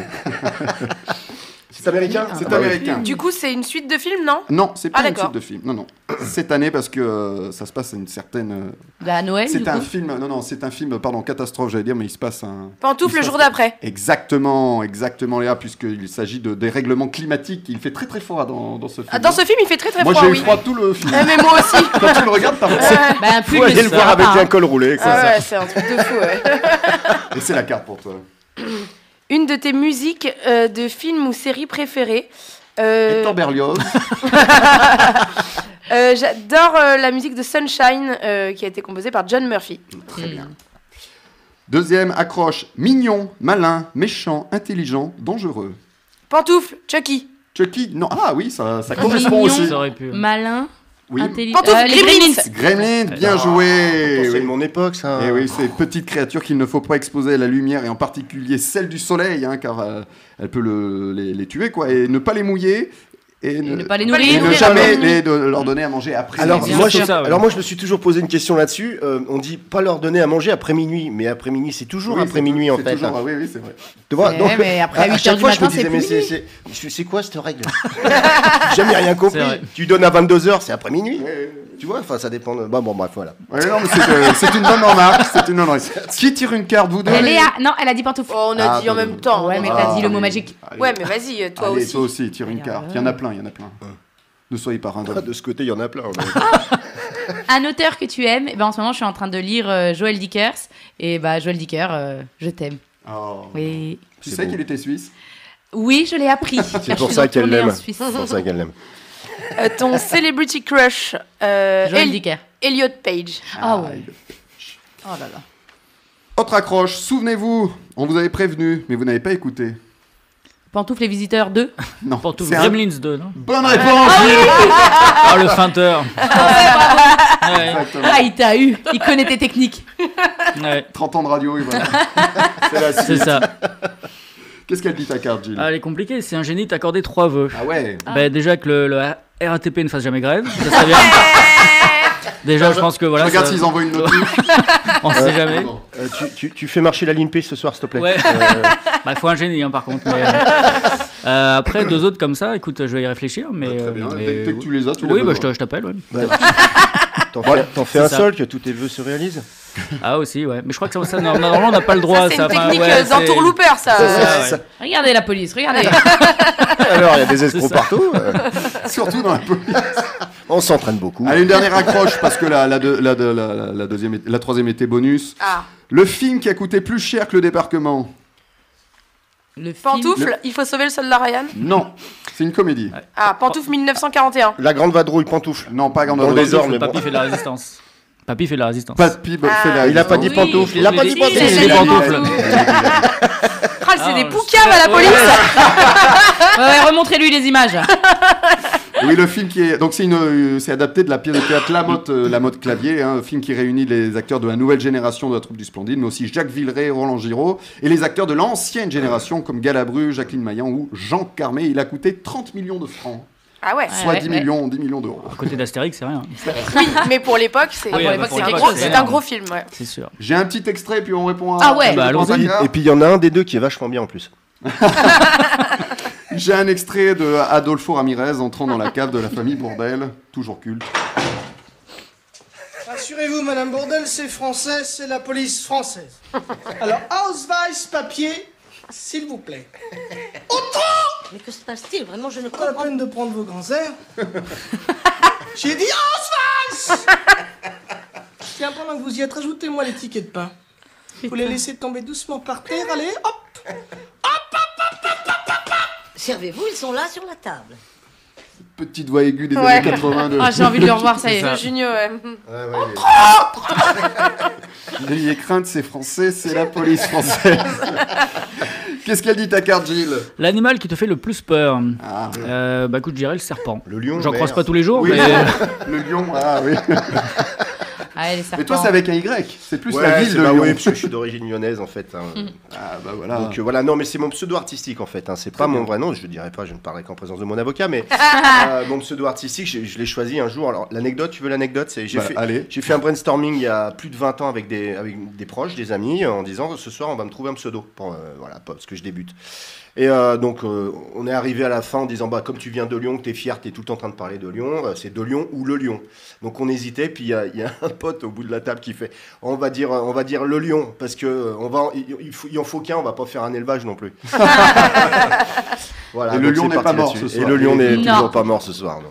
C'est américain C'est Ah, ouais. américain. Du coup, c'est une suite de films, non Non, c'est pas Ah, une d'accord. suite de film. Non, non. Cette année, parce que euh, ça se passe à une certaine. euh, Bah, à Ah, Noël, du c'est un coup. film. Non, non, c'est un film. Pardon, catastrophe, j'allais dire, mais il se passe un. Pantoufle le jour d'après. Exactement, exactement, Léa, puisqu'il s'agit de dérèglements climatiques. Il fait très, très froid dans, dans ce film. hein. Ah, Dans ce film, il fait très très Moi, froid, j'ai eu oui. froid tout le film. Ah, mais moi aussi. Quand tu le regardes, t'as Ah, Bah, un pull Faut ne aller se le fera voir avec pas. un col roulé. quoi. ah ouais, c'est un truc de fou, ouais. Et c'est la carte pour toi. Une de tes musiques euh, de films ou séries préférées Euh, Hector Berlioz. euh, J'adore euh, la musique de Sunshine euh, qui a été composée par John Murphy. Très bien. Deuxième accroche. Mignon, malin, méchant, intelligent, dangereux. Pantoufle, Chucky. Chucky, non. Ah oui, ça, ça Mignon. correspond aussi. Ça aurait pu. Malin, Oui. intelligent. Pantoufle, Euh, les Gremlins. Gremlins. Gremlin, bien Ah, joué. Attends, Eh C'est Oui. de mon époque, ça. Et Eh oui, ces petites créatures qu'il ne faut pas exposer à la lumière et en particulier celle du soleil, hein, car euh, elle peut le- les, les tuer quoi, et ne pas les mouiller et, Et ne pas les et nourrir. ne jamais les, de leur donner à manger après. Alors, bien moi, sûr, je, ça, ouais. alors moi je me suis toujours posé une question là-dessus. Euh, on dit pas leur donner à manger après minuit, mais après minuit c'est toujours Oui, après c'est- minuit en c'est fait. toujours- hein. ah oui, oui, c'est vrai. Tu vois, Ouais, donc, Eh mais après à- huit à heures chaque du fois, je me matin, disais c'est mais plus c'est minuit. c'est- je- c'est quoi cette règle J'ai Jamais rien compris. C'est vrai. Tu donnes à 22 h c'est après minuit. Ouais, Tu vois, enfin ça dépend. De... Bah bon bref voilà. ouais, non, mais c'est, euh, c'est une bonne remarque. C'est une bonne remarque. Qui tire une carte, vous deux Elle est à... Non, elle a dit pantoufle. Oh, on a Ah, dit en pardon. même temps. Ouais, on mais a t'as dit- dit le mot allez, magique. Ah, allez. Ouais, mais vas-y, euh, toi Allez, aussi. toi aussi, tire une Regarde. carte. Il y en a plein, il y en a plein. Euh. Ne soyez pas ringards. De ce côté il y en a plein. Un auteur que tu aimes, et ben en ce moment je suis en train de lire euh, Joël Dickers. Et bah Joël Dicker, euh, je t'aime. Oh. Oui. Tu C'est sais beau. qu'il était suisse Oui, je l'ai appris. C'est pour ça qu'elle l'aime. C'est pour ça qu'elle l'aime. Euh, ton celebrity crush, euh, Joël Eli- Dicker. Elliot Page. Ah ouais. Oh là là. Autre accroche, souvenez-vous, on vous avait prévenu, mais vous n'avez pas écouté. Pantoufle les visiteurs 2. Non, Pantoufle c'est un- Gremlins 2, non Bonne réponse Gilles. Ah, le feinteur Ouais, Exactement. Ah, il t'a eu. Il connaît tes techniques. ouais, 30 ans de radio, et voilà. C'est la suite. c'est ça. Qu'est-ce qu'elle dit ta carte, Gilles Ah, elle est compliquée, c'est un génie de t'accorder trois vœux. Ah ouais Bah, déjà que le, le RATP ne fasse jamais grève, ça serait bien. Déjà, je pense que voilà. Je Regarde ça- s'ils envoient une notice. On sait jamais. Pardon. Euh, tu, tu- tu fais marcher la ligne P ce soir s'il te plaît. Ouais. Euh, Bah, faut un génie, hein, par contre. mais, euh, euh, après, deux autres comme ça, écoute, je vais y réfléchir. Mais, Très euh, bien, mais- dès, dès que tu les as, tu les Oui, as bah, je dedans. te- je t'appelle, ouais. T'en fais, t'en fais c'est un ça. seul que tous tes vœux se réalisent. Ah, aussi, ouais. Mais je crois que ça, ça, normalement, on n'a pas le Ça, droit. c'est une enfin, technique ouais, euh, c'est- d'entourlooper, ça. Euh, c'est ça, ouais. Regardez la police, regardez. Alors il y a des escrocs C'est ça. partout. euh. Surtout dans la police. On s'entraîne beaucoup. Allez, une dernière accroche, parce que la, la, deux- la, deux- la- la- la deuxième, est- la troisième était bonus. Ah. Le film qui a coûté plus cher que le débarquement Le film- Pantoufle, il faut sauver le soldat Ryan. Non. C'est une comédie Ah, Pantoufle 1941. La grande vadrouille pantoufle. Non, pas Grand Dans Vadrouille. les ordres, mais bon. Papy fait de la résistance. Papy fait de la résistance. Pas de pibe, Ah. fait la Il a pas dit Oui. pantoufle. Il a pas dit Si, pantoufle. j'ai les dit pantoufles. Ah, c'est Ah, des je poucaves sais. à la police. Ouais, ouais, remontrez-lui les images. Oui, le film qui est donc c'est une euh, c'est adapté de la pièce de théâtre La Motte euh, La Motte Clavier, hein, un film qui réunit les acteurs de la nouvelle génération de la troupe du Splendide, mais aussi Jacques Villeray, Roland Giraud et les acteurs de l'ancienne génération comme Galabru, Jacqueline Maillan ou Jean Carmé. Il a coûté 30 millions de francs, Ah ouais. soit ouais, 10 ouais. millions 10 millions d'euros. À côté d'Astérix, c'est rien, Oui, mais pour l'époque, c'est Ah, pour l'époque, c'est un, c'est gros- vrai. c'est un gros film. Ouais. c'est sûr. J'ai un petit extrait puis on répond à Ah ouais. Bah, allons-y. Et puis il y en a un des deux qui est vachement bien en plus. J'ai un extrait de Adolfo Ramirez entrant dans la cave de la famille Bourdel, toujours culte. Rassurez-vous, Madame Bourdel, c'est français, c'est la police française. Alors, Ausweis papier, s'il vous plaît. Mais que se passe-t-il Vraiment, je ne Pas la comprends pas. peine de prendre vos grands airs. J'ai dit Ausweis Tiens, pendant que vous y êtes, rajoutez-moi les tickets de pain. Vous les laissez tomber doucement par terre, allez, hop Servez-vous, ils sont là sur la table. Petite voix aiguë des Ouais. années 82. Ah, j'ai envie de le revoir, ça y est. Euh, Le Junio, ouais. N'ayez crainte, c'est français, c'est la police française. Qu'est-ce qu'elle dit ta carte, Gilles L'animal qui te fait le plus peur Ah, euh, Bah écoute, je dirais le serpent. Le lion. J'en croise merde. pas tous les jours, oui, mais. le lion, euh, ah oui. Ah, les serpents. Mais toi, c'est avec un Y, c'est plus Ouais, la ville c'est- de bah Lyon. oui, parce que je suis d'origine lyonnaise en fait. hein. Ah bah voilà. Donc euh, voilà, non, mais c'est mon pseudo artistique en fait. hein. C'est pas bien. mon vrai nom. Je dirais pas, je ne parlerai qu'en présence de mon avocat, mais euh, mon pseudo artistique, je, je l'ai choisi un jour. Alors l'anecdote, tu veux l'anecdote C'est j'ai Bah, fait. Allez, J'ai fait un brainstorming il y a plus de 20 ans avec des, avec des proches, des amis, euh, en disant ce soir on va me trouver un pseudo, pour, euh, voilà, parce que je débute. Et euh, donc euh, on est arrivé à la fin en disant bah comme tu viens de Lyon, que t'es fier, t'es tout le temps en train de parler de Lyon, euh, c'est de Lyon ou le Lyon. Donc on hésitait, puis il y a, il y a un pote au bout de la table qui fait on va dire euh, on va dire le Lyon parce que euh, on va il, il faut- il en faut qu'un, on va pas faire un élevage non plus. voilà, Et le donc lion c'est n'est pas parti mort là-dessus. ce Et soir. le lion n'est Non. toujours pas mort ce soir. non.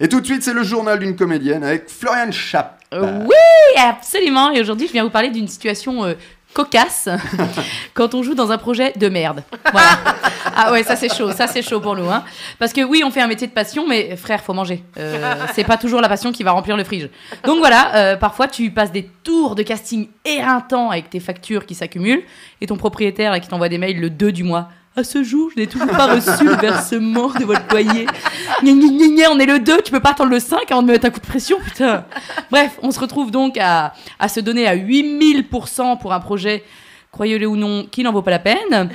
et tout de suite, c'est le journal d'une comédienne avec Florian Schapp. Euh, Oui, absolument. Et aujourd'hui, je viens vous parler d'une situation euh, cocasse quand on joue dans un projet de merde. Voilà. Ah ouais, ça c'est chaud, ça c'est chaud pour nous. hein. Parce que oui, on fait un métier de passion, mais frère, faut manger. Euh, c'est pas toujours la passion qui va remplir le frige. Donc voilà, euh, parfois tu passes des tours de casting éreintants avec tes factures qui s'accumulent et ton propriétaire là, qui t'envoie des mails le 2 du mois. À ce jour, je n'ai toujours pas reçu le versement de votre loyer. Gna, gna, gna, gna, on est le 2, tu peux pas attendre le 5 avant de me mettre un coup de pression, putain. Bref, on se retrouve donc à, à se donner à 8000% pour un projet, croyez-le ou non, qui n'en vaut pas la peine.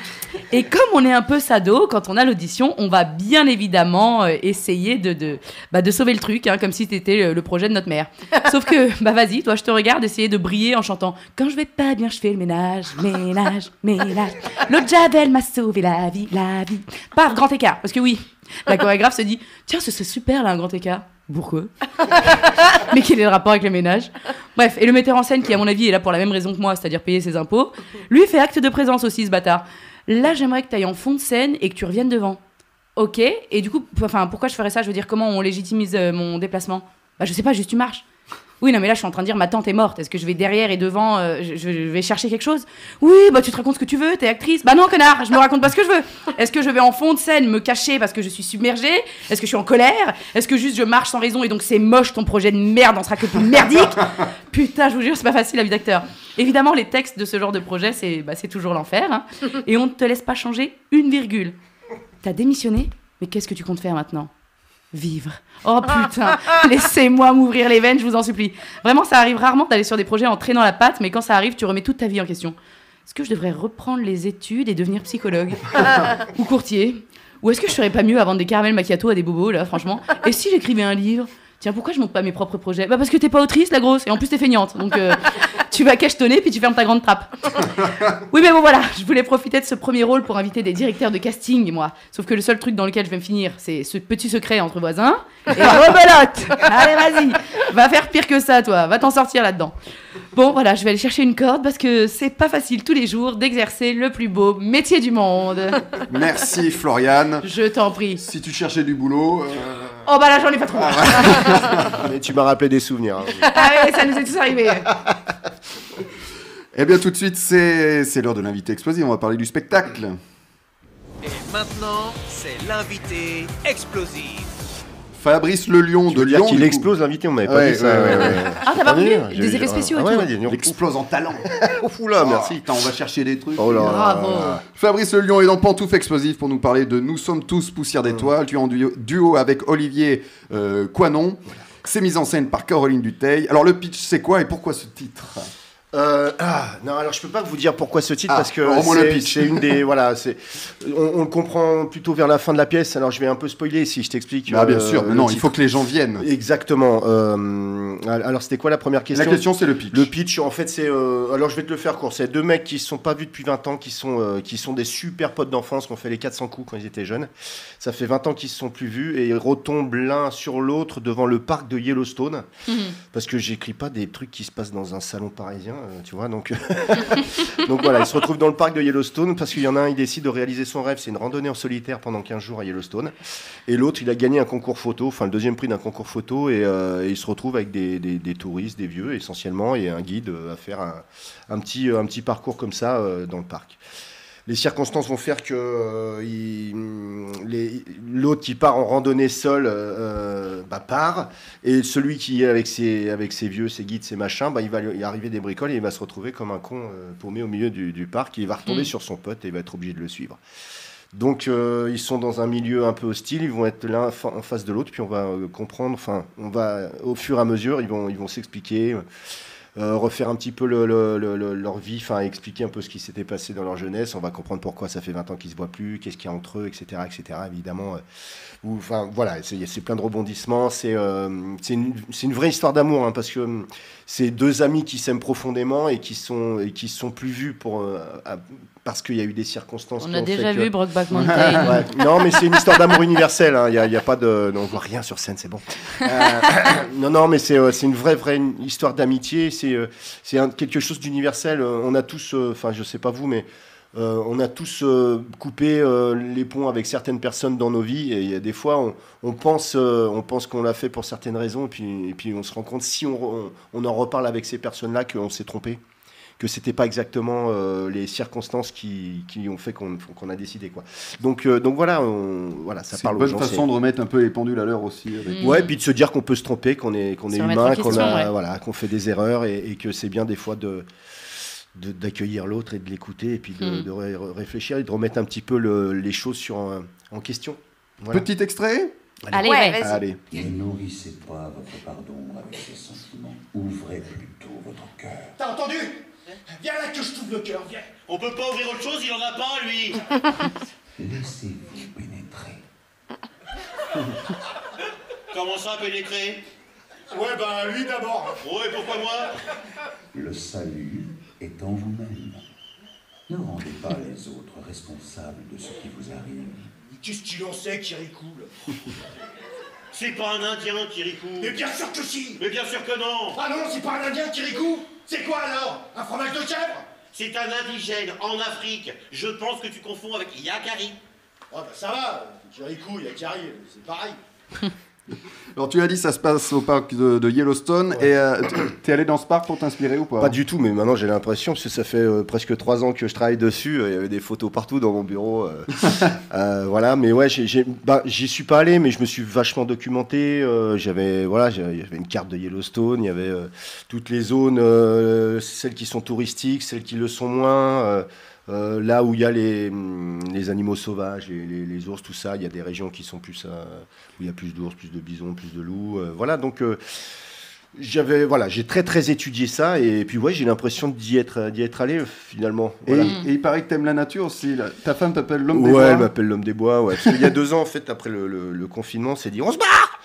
Et comme on est un peu sado, quand on a l'audition, on va bien évidemment euh, essayer de, de, bah, de sauver le truc, hein, comme si c'était le, le projet de notre mère. Sauf que, bah vas-y, toi, je te regarde essayer de briller en chantant Quand je vais pas bien, je fais le ménage, ménage, ménage. L'eau de Javel m'a sauvé la vie, la vie. Paf, grand écart. Parce que oui, la chorégraphe se dit Tiens, ce serait super là, un grand écart. Pourquoi mais quel est le rapport avec le ménage Bref, et le metteur en scène, qui à mon avis est là pour la même raison que moi, c'est-à-dire payer ses impôts, lui fait acte de présence aussi, ce bâtard. Là, j'aimerais que tu ailles en fond de scène et que tu reviennes devant. Ok, et du coup, p- enfin, pourquoi je ferais ça Je veux dire, comment on légitimise euh, mon déplacement Bah, je sais pas, juste tu marches. Oui, non, mais là, je suis en train de dire, ma tante est morte. Est-ce que je vais derrière et devant euh, je, je vais chercher quelque chose Oui, bah, tu te racontes ce que tu veux, t'es actrice. Bah, non, connard, je me raconte pas ce que je veux. Est-ce que je vais en fond de scène me cacher parce que je suis submergée Est-ce que je suis en colère Est-ce que juste je marche sans raison et donc c'est moche ton projet de merde, on sera que plus merdique Putain, je vous jure, c'est pas facile la vie d'acteur. Évidemment, les textes de ce genre de projet, c'est bah, c'est toujours l'enfer. hein. Et on ne te laisse pas changer une virgule. T'as démissionné Mais qu'est-ce que tu comptes faire maintenant Vivre. Oh putain, laissez-moi m'ouvrir les veines, je vous en supplie. Vraiment, ça arrive rarement d'aller sur des projets en traînant la patte, mais quand ça arrive, tu remets toute ta vie en question. Est-ce que je devrais reprendre les études et devenir psychologue Ou courtier Ou est-ce que je ferais pas mieux à vendre des caramels macchiato à des bobos, là, franchement Et si j'écrivais un livre Tiens, pourquoi je monte pas mes propres projets Bah parce que t'es pas autrice, la grosse, et en plus t'es feignante. Donc euh, tu vas cachetonner, puis tu fermes ta grande trappe. Oui, mais bon, voilà, je voulais profiter de ce premier rôle pour inviter des directeurs de casting, moi. Sauf que le seul truc dans lequel je vais me finir, c'est ce petit secret entre voisins. Et rebelote Allez, vas-y Va faire pire que ça, toi, va t'en sortir là-dedans. Bon, voilà, je vais aller chercher une corde parce que c'est pas facile tous les jours d'exercer le plus beau métier du monde. Merci Florian. Je t'en prie. Si tu cherchais du boulot, euh, Oh bah là j'en ai pas trop. Ah. Mais tu m'as rappelé des souvenirs. hein. Ah ouais, ça nous est tous arrivé. Eh bien, tout de suite, c'est c'est l'heure de l'invité explosif. On va parler du spectacle. Et maintenant, c'est l'invité explosif. Fabrice Le Lion de Faut dire Lyon. qu'il du coup. explose l'invité, on m'avait pas Ouais, dit ça. ouais, ouais, ouais. Ah, t'as pas J'ai voulu rien dit, Des j'ai- effets spéciaux et ah, ouais, tout. ouais, dis donc. L'explose en talent. Ouf, là, Ah, merci. putain, on va chercher des trucs. Oh là là. Bravo. Fabrice Le Lion est dans Pantouf Explosif pour nous parler de Nous sommes tous poussière d'étoiles. Tu es en duo, duo avec Olivier euh, Quanon. C'est mis en scène par Caroline Duteil. Alors, le pitch, c'est quoi et pourquoi ce titre Euh, ah, non, alors je peux pas vous dire pourquoi ce titre Ah, parce que alors au moins le c'est- pitch. c'est une des voilà, c'est on, on le comprend plutôt vers la fin de la pièce. Alors je vais un peu spoiler si je t'explique. Ah, bien euh, sûr, mais le non, il titre. faut que les gens viennent. Exactement. euh, alors c'était quoi la première question La question, c'est le pitch. Le pitch, en fait, c'est. euh, alors, je vais te le faire court. C'est deux mecs qui se sont pas vus depuis 20 ans, qui sont, euh, qui sont des super potes d'enfance, qui ont fait les 400 coups quand ils étaient jeunes. Ça fait 20 ans qu'ils se sont plus vus et ils retombent l'un sur l'autre devant le parc de Yellowstone. Parce que j'écris pas des trucs qui se passent dans un salon parisien, euh, tu vois. Donc, donc voilà, ils se retrouvent dans le parc de Yellowstone parce qu'il y en a un, il décide de réaliser son rêve. C'est une randonnée en solitaire pendant 15 jours à Yellowstone. Et l'autre, il a gagné un concours photo, enfin le deuxième prix d'un concours photo, et, euh, et il se retrouve avec des, des- des touristes, des vieux essentiellement, et un guide euh, à faire un, un petit, euh, un petit parcours comme ça euh, dans le parc. Les circonstances vont faire que euh, il- les- l'autre qui part en randonnée seul euh, bah, part, et celui qui est avec ses, avec ses vieux, ses guides, ses machins, bah, il va lui arriver des bricoles et il va se retrouver comme un con euh, paumé au milieu du, du parc, et il va retomber Mm. sur son pote et il va être obligé de le suivre. Donc euh, ils sont dans un milieu un peu hostile, ils vont être l'un fa- en face de l'autre, puis on va euh, comprendre, enfin on va au fur et à mesure, ils vont ils vont s'expliquer, euh, refaire un petit peu le- le- le- le- leur vie, enfin expliquer un peu ce qui s'était passé dans leur jeunesse, on va comprendre pourquoi ça fait 20 ans qu'ils se voient plus, qu'est-ce qu'il y a entre eux, etc. etc. évidemment. euh, ou- Enfin voilà, c'est il y a- c'est plein de rebondissements, c'est euh, c'est une, c'est une vraie histoire d'amour, hein, parce que hum, c'est deux amis qui s'aiment profondément et qui sont, et qui se sont plus vus pour, euh, à- parce qu'il y a eu des circonstances. On qui a ont fait déjà que- vu Brockback Mountain. Ouais. Non, mais c'est une histoire d'amour universel. hein. Il n'y a, il y a pas de. Non, on voit rien sur scène, c'est bon. Euh, non, non, mais c'est euh, c'est une vraie, vraie une histoire d'amitié. C'est euh, c'est un- quelque chose d'universel. Euh, On a tous. euh, Enfin, je sais pas vous, mais. euh, on a tous euh, coupé euh, les ponts avec certaines personnes dans nos vies et il y a des fois on, on pense euh, on pense qu'on l'a fait pour certaines raisons et puis, et puis on se rend compte si on, re- on, on en reparle avec ces personnes là qu'on s'est trompé que c'était pas exactement euh, les circonstances qui, qui ont fait qu'on qu'on a décidé quoi. Donc euh, donc voilà, on, voilà ça C'est parle une aux bonne gens. Mm. façon de remettre un peu les pendules à l'heure aussi. avec- c'est- Ouais, et puis de se dire qu'on peut se tromper, qu'on est qu'on Mhm. Se est remettre en humain, question, qu'on a ouais. voilà, qu'on fait des erreurs et, et que c'est bien des fois de de- d'accueillir l'autre et de l'écouter et puis de, Mm. de ré- réfléchir et de remettre un petit peu le- les choses sur un- en question. Voilà. Petit extrait Allez, Ouais, ouais. vas-y. Allez. Ne nourrissez pas votre pardon avec ces sentiments. Ouvrez plutôt votre cœur. T'as entendu Viens là que je t'ouvre le cœur, viens. On peut pas ouvrir autre chose, il en a pas, lui Laissez-vous pénétrer. Comment ça, pénétrer Ouais, bah lui d'abord. Ouais, pourquoi moi Le salut est en vous-même. Ne rendez pas les autres responsables de ce qui vous arrive. Qu'est-ce qu'il en sait qui ricoule C'est pas un Indien qui Mais ricoule bien sûr que si Mais bien sûr que non Ah non, c'est pas un indien qui ricoule C'est quoi alors Un fromage de chèvre C'est un indigène en Afrique Je pense que tu confonds avec Yakari Ah bah ça va, qui ricoule, il y a Carrie, c'est pareil. Alors, tu as dit, ça se passe au parc de, de Yellowstone. Et euh, t- t'es allé dans ce parc pour t'inspirer ou pas Pas du tout, mais maintenant j'ai l'impression, parce que ça fait euh, presque trois ans que je travaille dessus, euh, il y avait des photos partout dans mon bureau. euh, euh, voilà, mais ouais, j'ai- j'ai- bah, j'y suis pas allé, mais je me suis vachement documenté. euh, j'avais voilà, j'avais j'avais une carte de Yellowstone, il y avait euh, toutes les zones, euh, celles qui sont touristiques, celles qui le sont moins. euh, euh, là où il y a les, hum, les animaux sauvages, les, les- les ours, tout ça, il y a des régions qui sont plus euh, où il y a plus d'ours, plus de bisons, plus de loups. euh, voilà, donc euh, j'avais voilà, j'ai très très étudié ça et puis ouais, j'ai l'impression d'y être d'y être allé euh, finalement. Et, Voilà. et il paraît que t'aimes la nature aussi. là. Ta femme t'appelle l'homme des ouais, bah, elle bois. m'appelle l'homme des bois. Ouais. Parce qu'il y a deux ans, en fait, après le, le- le confinement, on s'est dit on se barre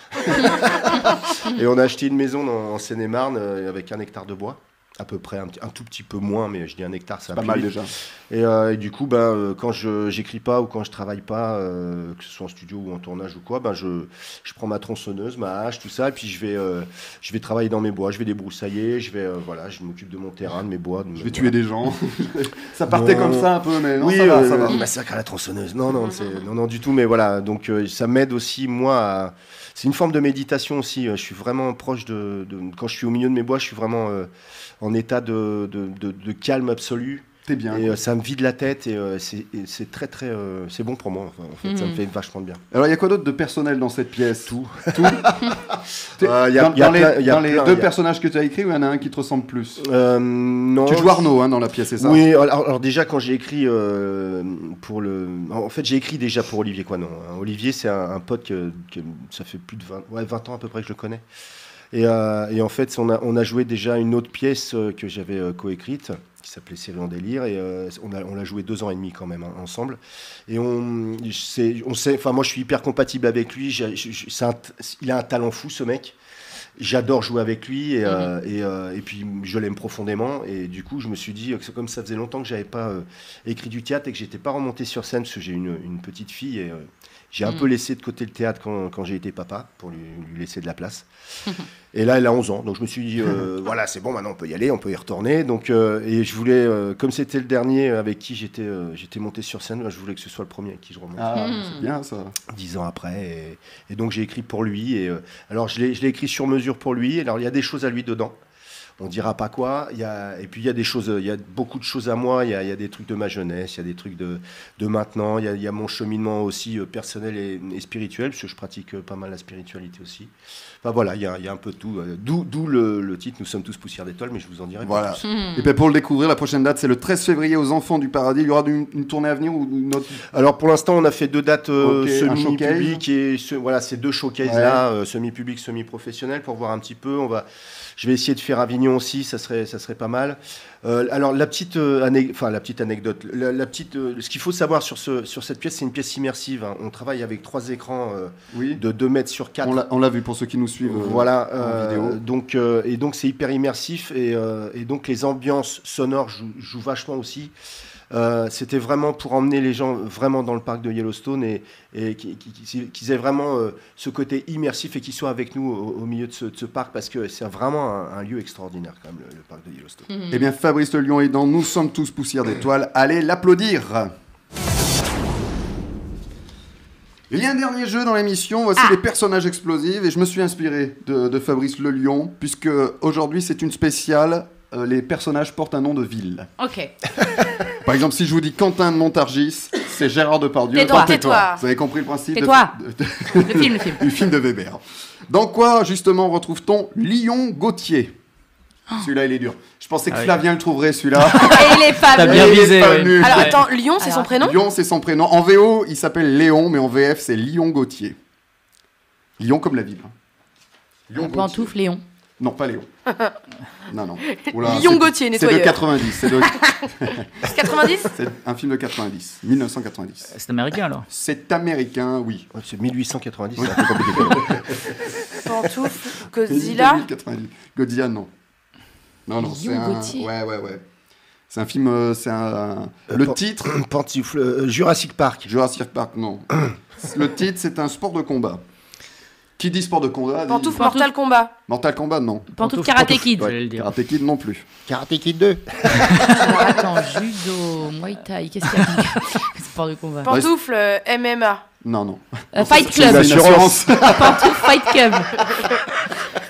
Et on a acheté une maison dans- en Seine-et-Marne euh, avec un hectare de bois, à peu près, un, petit- un tout petit peu moins, mais je dis un hectare, ça Pas va mal plus vite. déjà. Et, euh, et du coup, ben, euh, quand je j'écris pas ou quand je travaille pas, euh, que ce soit en studio ou en tournage ou quoi, ben je, je prends ma tronçonneuse, ma hache, tout ça, et puis je vais euh, je vais travailler dans mes bois, je vais débroussailler, je vais euh, voilà, je m'occupe de mon terrain, de mes bois. de mes- Je vais tuer des gens. ça partait Non. comme ça un peu, mais non, oui, ça va, ça euh, va. massacre à la tronçonneuse. Non, non, c'est non, non du tout. Mais voilà, donc euh, ça m'aide aussi moi. à- C'est une forme de méditation aussi. euh, Je suis vraiment proche de, de- Quand je suis au milieu de mes bois, je suis vraiment euh, en état de, de- de- de calme absolu. T'es bien. Et euh, ça me vide la tête et euh, c'est et c'est très, très. euh, c'est bon pour moi. enfin, en fait, Ça me Mhm. fait vachement de bien. Alors, il y a quoi d'autre de personnel dans cette pièce Tout. Tout T'es- Euh, y a- Dans, y a dans les, plein- y a dans les plein- deux y a- Euh, personnages que tu as écrits, ou il y en a un qui te ressemble plus non. Tu joues Arnaud hein, dans la pièce, c'est ça Oui, alors, alors déjà quand j'ai écrit euh, pour le... En fait j'ai écrit déjà pour Olivier Coinon. hein. Olivier c'est un, un pote que, que ça fait plus de 20, ouais, 20 ans à peu près que je le connais. Et, euh, et en fait on a, on a joué déjà une autre pièce euh, que j'avais euh, coécrite qui s'appelait Série en délire et euh, on a- on l'a joué deux ans et demi quand même hein, ensemble. Et on, c'est- on sait, enfin moi je suis hyper compatible avec lui, J'ai- je- je- c'est un t- il a un talent fou ce mec. J'adore jouer avec lui et, euh, et, euh, et puis je l'aime profondément. Et du coup, je me suis dit que c'est comme ça faisait longtemps que j'avais pas euh, écrit du théâtre et que j'étais pas remonté sur scène parce que j'ai une, une petite fille et euh, j'ai un Mhm. peu laissé de côté le théâtre quand, quand j'ai été papa pour lui, lui laisser de la place. Et là, elle a 11 ans. Donc, je me suis dit, euh, voilà, c'est bon, maintenant on peut y aller, on peut y retourner. Donc, euh, et je voulais, euh, comme c'était le dernier avec qui j'étais euh, j'étais monté sur scène, je voulais que ce soit le premier avec qui je remonte. Ah, Hmm. c'est bien, ça. Dix ans après. Et, et donc, j'ai écrit pour lui. Et, euh, alors, je l'ai je l'ai écrit sur mesure pour lui. Alors, il y a des choses à lui dedans. On dira pas quoi. Il y a, et puis, il y a des choses, il y a beaucoup de choses à moi. Il y a, il y a des trucs de ma jeunesse, il y a des trucs de, de maintenant. Il y a, il y a mon cheminement aussi euh, personnel et, et spirituel, parce que je pratique euh, pas mal la spiritualité aussi. Enfin, voilà, il y a, il y a un peu de tout. euh, D'où d'où le, le titre Nous sommes tous poussière d'étoiles, mais je vous en dirai pas Voilà. plus. Et ben, pour le découvrir, la prochaine date, c'est le 13 février aux Enfants du Paradis. Il y aura une, une tournée à venir ou une autre Alors pour l'instant, on a fait deux dates euh, Ok, un semi-public et ce- voilà ces deux showcases là, Ouais. euh, semi-public, semi-professionnel, pour voir un petit peu. On va, je vais essayer de faire Avignon aussi, ça serait ça serait pas mal. Euh, alors la petite, euh, ané- enfin la petite anecdote, la, la petite, euh, ce qu'il faut savoir sur ce sur cette pièce, c'est une pièce immersive. hein. On travaille avec trois écrans euh, de 2 mètres sur 4 On l'a- On l'a vu pour ceux qui nous suivent. euh, voilà, en euh, vidéo. donc euh, et donc c'est hyper immersif et, euh, et donc les ambiances sonores jouent, jouent vachement aussi. Euh, C'était vraiment pour emmener les gens vraiment dans le parc de Yellowstone et, et qui- qui- qui- qu'ils aient vraiment euh, ce côté immersif et qu'ils soient avec nous au, au milieu de ce, de ce parc parce que c'est vraiment un, un lieu extraordinaire quand même le, le parc de Yellowstone. Mm. Eh bien, Fabrice Le Lion est dans Nous sommes tous poussière d'étoiles. Allez l'applaudir Il y a un dernier jeu dans l'émission, voici Ah. les personnages explosifs, et je me suis inspiré de, de Fabrice Le Lion, puisque aujourd'hui c'est une spéciale, euh, les personnages portent un nom de ville. Ok. Par exemple, si je vous dis Quentin de Montargis, c'est Gérard Depardieu. Tais-toi, Enfin, tais-toi. Vous avez compris le principe de- Tais-toi. de- du film de Weber. Dans quoi, justement, retrouve-t-on Lyon Gauthier Oh. Celui-là, il est dur. Je pensais que Ah oui. Flavien le trouverait, celui-là. Et il est pas T'as venu. bien visé, oui. Alors Ouais. attends, Lyon, c'est son prénom Lyon, c'est son prénom. En VO, il s'appelle Léon, mais en VF, c'est Lyon Gauthier. Lyon comme la ville. hein. La pantoufle Léon. Non, pas Léon. Non, non. Lyon c'est- Gauthier, C'est nettoyeur. de 90. C'est de... 90 C'est un film de 90. 1990. Ah, C'est américain alors C'est américain, oui. c'est 1890, c'est un peu compliqué. Pantoufle, Godzilla. 1990. Godzilla, non. Non, non, c'est Lyon un... Gauthier. Ouais, ouais, ouais. C'est un film, euh, c'est un... Le pan- titre... Pantoufle, euh, Jurassic Park. Jurassic Park, non. Le titre, c'est un sport de combat. Qui dit sport de combat dit- Pantoufle, Mortal Kombat. Mortal Kombat, non. Pantoufle Karate Kid. ouais, J'allais le dire. Karate Kid non plus. Karate Kid 2. Alors, attends, judo, muay thai, qu'est-ce qu'il y a Sport de combat. Pantoufle, euh, MMA. Non, non. Euh, Fight C'est une Club. assurance. Pantoufle Fight Club.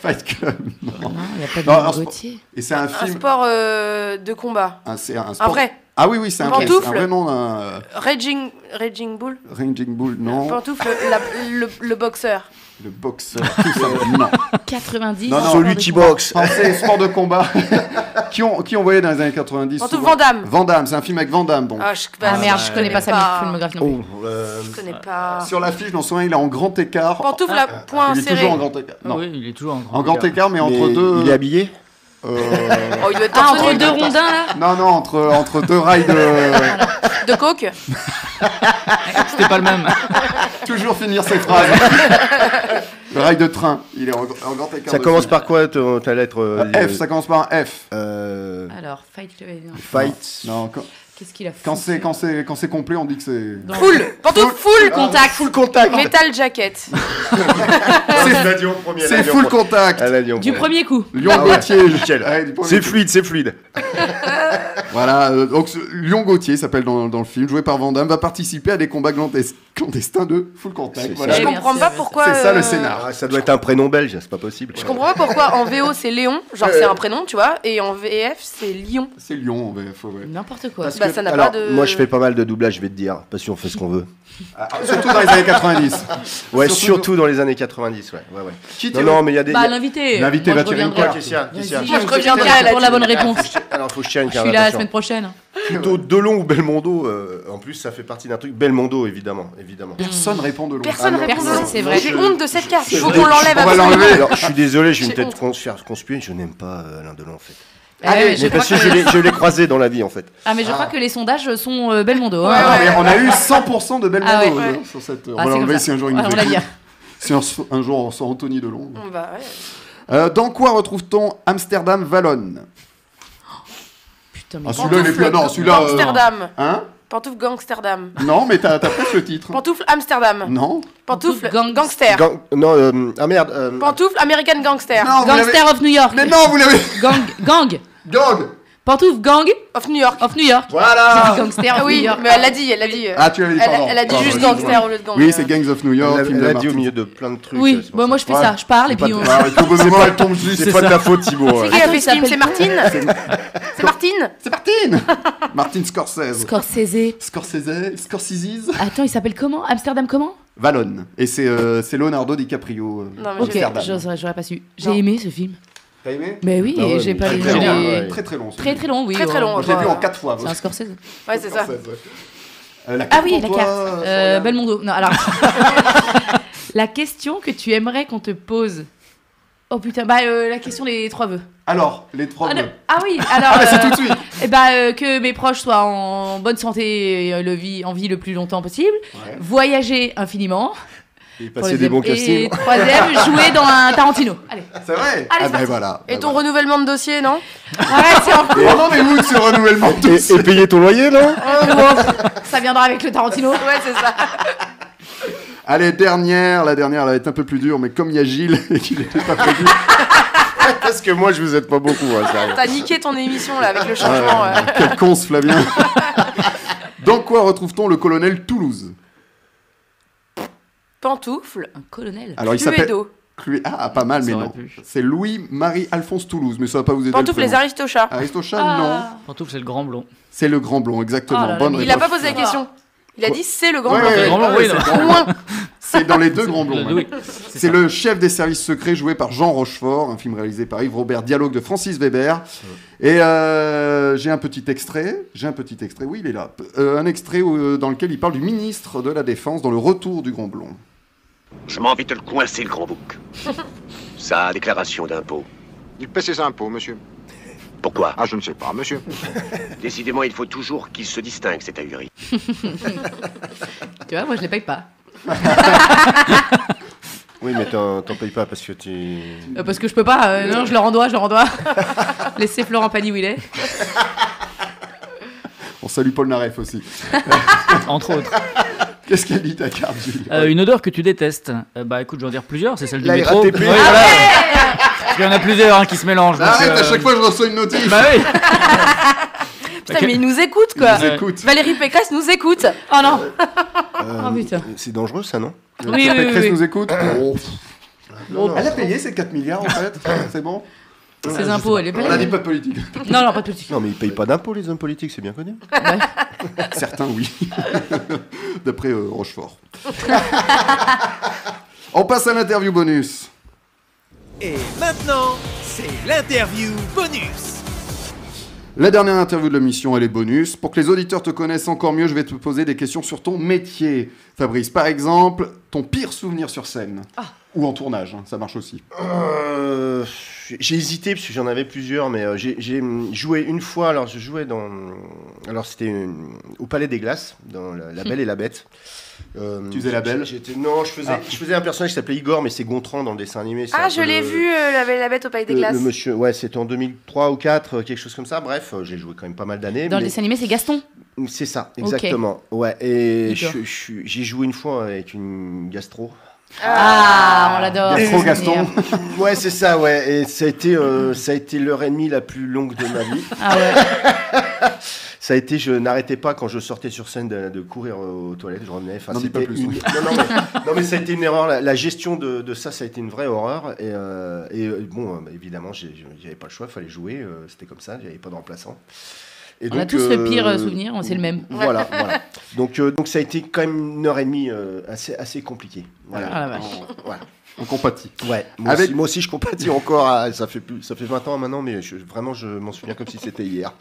Fight Club, non. il a pas de Non, Lyon un sport- Gauthier. Et c'est un Un film... sport euh, de combat. un- c'est un sport- vrai. Ah oui, oui, c'est un vrai- Pantoufle. c'est un vrai nom d'un... euh, Raging, Raging Bull. Raging Bull, non. Pantoufle, la- le, le boxeur. Le boxeur, tout ça, non. 90. Non, Oh, non. sport de combat. Pensez sport de combat. qui, on, qui on voyait dans les années 90 Pantoufle souvent. Van Damme. Van Damme, c'est un film avec Van Damme. Bon. Ah, je- bah, Ah, merde, je connais pas sa pas. filmographie non Oh, euh, Je connais pas. Sur l'affiche, j'en souviens, il est en grand écart. Pantoufle à point Ah, Il est serré. Ah toujours en grand écart. Non. Oui, il est toujours en grand, En grand écart, mais entre Mais deux. il est habillé Euh, Oh, il doit être Ah, torse entre nu. deux rondins là Non, non, entre, entre deux rails de. De coke C'était pas le même. toujours finir ses phrases. Le rail de train, il est en, en grand écart. Ça de commence film. par quoi ton- ta lettre euh, F, ça commence par un F. euh, Alors, Fight Club. eh non. Fight. Non, quand, Qu'est-ce qu'il a fait quand c'est quand c'est quand c'est complet, on dit que c'est. Full Pantoufle full contact Full contact Metal jacket C'est l'avion premier. C'est full contact. Du premier coup. Lyon Ah ouais, Gauthier. nickel. Ouais, du premier C'est coup. fluide, c'est fluide. Voilà, euh, donc ce- Lyon Gauthier s'appelle dans, dans le film, joué par Van Damme, va participer à des combats glandes- clandestins de full contact. Voilà. Je comprends pas pourquoi. C'est ça le euh, scénar. Ah, ça doit être un prénom belge, c'est pas possible. Je comprends pas pourquoi en VO c'est Léon, genre Euh. c'est un prénom, tu vois, et en VF c'est Lyon. C'est Lyon en VF, ouais. N'importe quoi. Bah, ça n'a Alors, pas de. moi je fais pas mal de doublage, je vais te dire, parce qu'on fait ce qu'on veut. surtout dans les années 90. Ouais, Surtout surtout, dans les années 90, ouais. ouais, ouais. Qui non, t'es- non, mais il y a des. Bah, il y a- l'invité. L'invité Moi, va je tirer une reviendrai. carte. Christian, Vas-y. Christian. Moi, je reviendrai pour la Ah, bonne réponse. Alors, faut que je tienne, Je suis là la semaine prochaine. Plutôt Delon ou Belmondo, euh, en plus, ça fait partie d'un truc. Belmondo, évidemment. évidemment. Personne répond Delon. Personne Ah non, répond non, Delon, non, c'est non, vrai. je- J'ai honte de cette carte, il je- faut qu'on l'enlève On va absolument. l'enlever. Alors, je suis désolé, j'ai une J'ai tête honte. cons- conspuée, je n'aime pas euh, Alain Delon, en fait. Ah ouais, je mais crois parce que, que- je l'ai- je l'ai croisé dans la vie, en fait. Ah, mais je crois que les sondages sont euh, Belmondo. Ah Ouais, hein. non, mais on a eu 100% de Belmondo Ah ouais. euh, Ouais. sur cette. Ah, on c'est va l'enlever comme si ça. un jour il Ouais, nous on la écoute. vire. Si un, un jour on sort Anthony Delon. Bah ouais. Euh, dans quoi retrouve-t-on Amsterdam Vallon Putain, Ah, celui-là, il est plus. ah, Non, celui-là. euh, Amsterdam. Hein Pantoufle Gangsterdam. Non, mais t'as t'as presque le titre. Pantoufle Amsterdam. Non. Pantoufle Gangster. Gang- Non, euh, ah merde. euh, Pantoufle American Gangster. Oh, Non, vous Gangster of New York. Mais non, vous l'avez. Gang. Gang. Gang. Pantouf, gang. Of New York. Of New York. Voilà. J'ai dit gangster of Ah New oui, York. mais elle l'a dit, elle l'a dit. euh, Ah, tu l'avais dit, elle, pardon. elle a dit Pardon, juste excuse-moi. gangster au lieu de gang. Oui, c'est Gangs of New York. Elle a- film elle de a dit au Martin. milieu de plein de trucs. euh, Oui, c'est pour bon, ça. moi je fais Ouais. ça, je parle et puis on. Ah, tout bonnement, elle tombe juste. C'est pas de ta faute, Thibaut. C'est ouais. qui Attends, a fait il ce film s'appelle C'est Martine C'est Martine C'est Martine Martin Scorsese. Scorsese. Scorsese, Scorsese's Attends, il s'appelle comment Amsterdam comment Vallon. Et c'est euh, c'est Leonardo DiCaprio. euh, Non, mais Ok, Amsterdam. j'aurais j'aurais pas su. Non. J'ai aimé ce film. T'as aimé Mais oui, Ah ouais, j'ai mais pas très, aimé. très bien, j'ai- ouais. Très très long. ce Très film. très long, oui. Très, très ouais. long, Je l'ai vu en quatre fois. C'est un Scorsese. Ouais, c'est ça. Scorsese, ouais. Euh, la Ah carte oui, la pour toi, carte. euh, Euh, Florian Belmondo. Non, alors. la question que tu aimerais qu'on te pose. Oh putain, bah euh, la question des trois vœux. Alors, les trois. Ah, bleus. non. Ah oui, alors. Ah, bah, c'est euh, tout de suite. Eh ben, euh, que mes proches soient en bonne santé et euh, le vie, en vie le plus longtemps possible. Ouais. Voyager infiniment. Il Pour le passait Bah, des bons deuxième- castings. Et troisième, jouer dans un Tarantino. Allez. C'est vrai. c'est ah ben parti. voilà. Et bah ton voilà. renouvellement de dossier, non Ouais, c'est en cours. On en est où de ce renouvellement de Et, et payer ton loyer, non Ça viendra avec le Tarantino. Ouais, c'est ça. Allez, dernière. La dernière, elle va être un peu plus dure, mais comme il y a Gilles et qu'il n'était pas prévu. Parce que moi, je vous aide pas beaucoup. hein, sérieux. T'as niqué ton émission là avec le changement. euh. Quel con ce Flavien. Dans quoi retrouve-t-on le colonel Toulouse Pantoufle. Un colonel. Alors, il s'appelle. Cluedo. Clue- Ah, pas mal, Ça mais aurait non. pu. C'est Louis-Marie-Alphonse Toulouse, mais ça va pas vous aider. Pantoufle le les prénom. Aristochats. Aristochat, non. Ah. Pantoufle, c'est le grand blond. C'est le grand blond, exactement. Oh là là, Bonne mais Il a réponse. pas posé la question. Il a dit c'est le grand Ouais, blond. ouais, Le grand ouais, blond, ouais, oui, c'est non. dans- C'est dans les deux grands blonds. Le- ouais. Euh, oui, C'est le chef des services secrets joué par Jean Rochefort, un film réalisé par Yves Robert, dialogue de Francis Weber. Et euh, j'ai un petit extrait, j'ai un petit extrait, oui il est là, Euh, un extrait où- dans lequel il parle du ministre de la Défense dans le retour du Grand Blond. Je m'en vais te le coincer, le grand bouc. Sa déclaration d'impôt. Il paie ses impôts, monsieur. Pourquoi Ah, je ne sais pas, monsieur. Décidément, il faut toujours qu'il se distingue, cet ahuri. Ah. Tu vois, moi je les paye pas. Oui, mais t'en t'en payes pas parce que tu. Euh, parce que je peux pas. euh, non, je le rendois, je le rendois. Laissez Florent Pagny où il est. On salue Paul Naref aussi. entre autres. Qu'est-ce qu'elle dit ta carte Julie Euh, une odeur que tu détestes. Euh, bah écoute, j'en dire plusieurs. C'est celle du La métro. RATP. Ouais, voilà. Parce qu'il y en a plusieurs hein, qui se mélangent. donc, Bah, Arrête, à euh, chaque fois je reçois une notice. Bah oui. Putain, mais il nous écoute quoi. Euh, Ils nous écoutent. Valérie Pécresse nous écoute. Oh non Euh, Oh, putain. C'est dangereux, ça, non Oui, oui, Pécresse oui, oui. nous écoute. Oh. Non, non. Elle a payé ses 4 milliards en fait, c'est bon Ses impôts, elle est On a pas. dit pas de politique. Non, non, pas de politique. Non, mais ils payent pas d'impôts, les hommes politiques, c'est bien connu. Certains, oui. D'après euh, Rochefort. On passe à l'interview bonus. Et maintenant, c'est l'interview bonus. La dernière interview de la mission, elle est bonus. Pour que les auditeurs te connaissent encore mieux, je vais te poser des questions sur ton métier. Fabrice, par exemple, ton pire souvenir sur scène. Ah. Ou en tournage, hein, ça marche aussi. Euh, j'ai hésité parce que j'en avais plusieurs, mais euh, j'ai, j'ai, mm, joué une fois. Alors je jouais dans, alors c'était une- au Palais des Glaces, dans la, Hmm. La Belle et la Bête. Euh, Tu faisais la belle j'étais- Non, je faisais, Ah. je faisais un personnage qui s'appelait Igor, mais c'est Gontran dans le dessin animé. c'est un Ah, je peu l'ai le- vu, euh, la, la bête au Palais des Le, Glaces. le monsieur, ouais, c'était en 2003 ou 4, euh, quelque chose comme ça. Bref, euh, j'ai joué quand même pas mal d'années. Dans le mais- dessin animé, c'est Gaston. C'est ça, Ok. exactement. Ouais, et Igor. je- je- j'ai joué une fois avec une gastro. Ah, on l'adore. Il y a ce trop souvenir. Gaston. ouais, c'est ça, ouais. Et ça a été, euh, ça a été l'heure et demie la plus longue de ma vie. Ah ouais. Ça a été, je n'arrêtais pas quand je sortais sur scène de, de courir euh, aux toilettes, je revenais. Enfin, N'en dis c'était pas plus. hein. une- Non, non, mais, non, mais ça a été une erreur. La, la gestion de, de ça, ça a été une vraie horreur. Et, euh, et, euh, bon, euh, bah, évidemment, j'ai- j'avais pas le choix, fallait jouer. euh, c'était comme ça, j'avais pas de remplaçant. Et On a tous le pire, euh, souvenir, on- c'est le même. Voilà, voilà. Donc, euh, donc ça a été quand même une heure et demie euh, assez, assez compliquée. Voilà. Ah la vache. Voilà. On compatit. Ouais, moi, Avec- aussi, moi aussi, je compatis encore. à- ça, fait plus, ça fait 20 ans maintenant, mais je- vraiment je m'en souviens comme si c'était hier.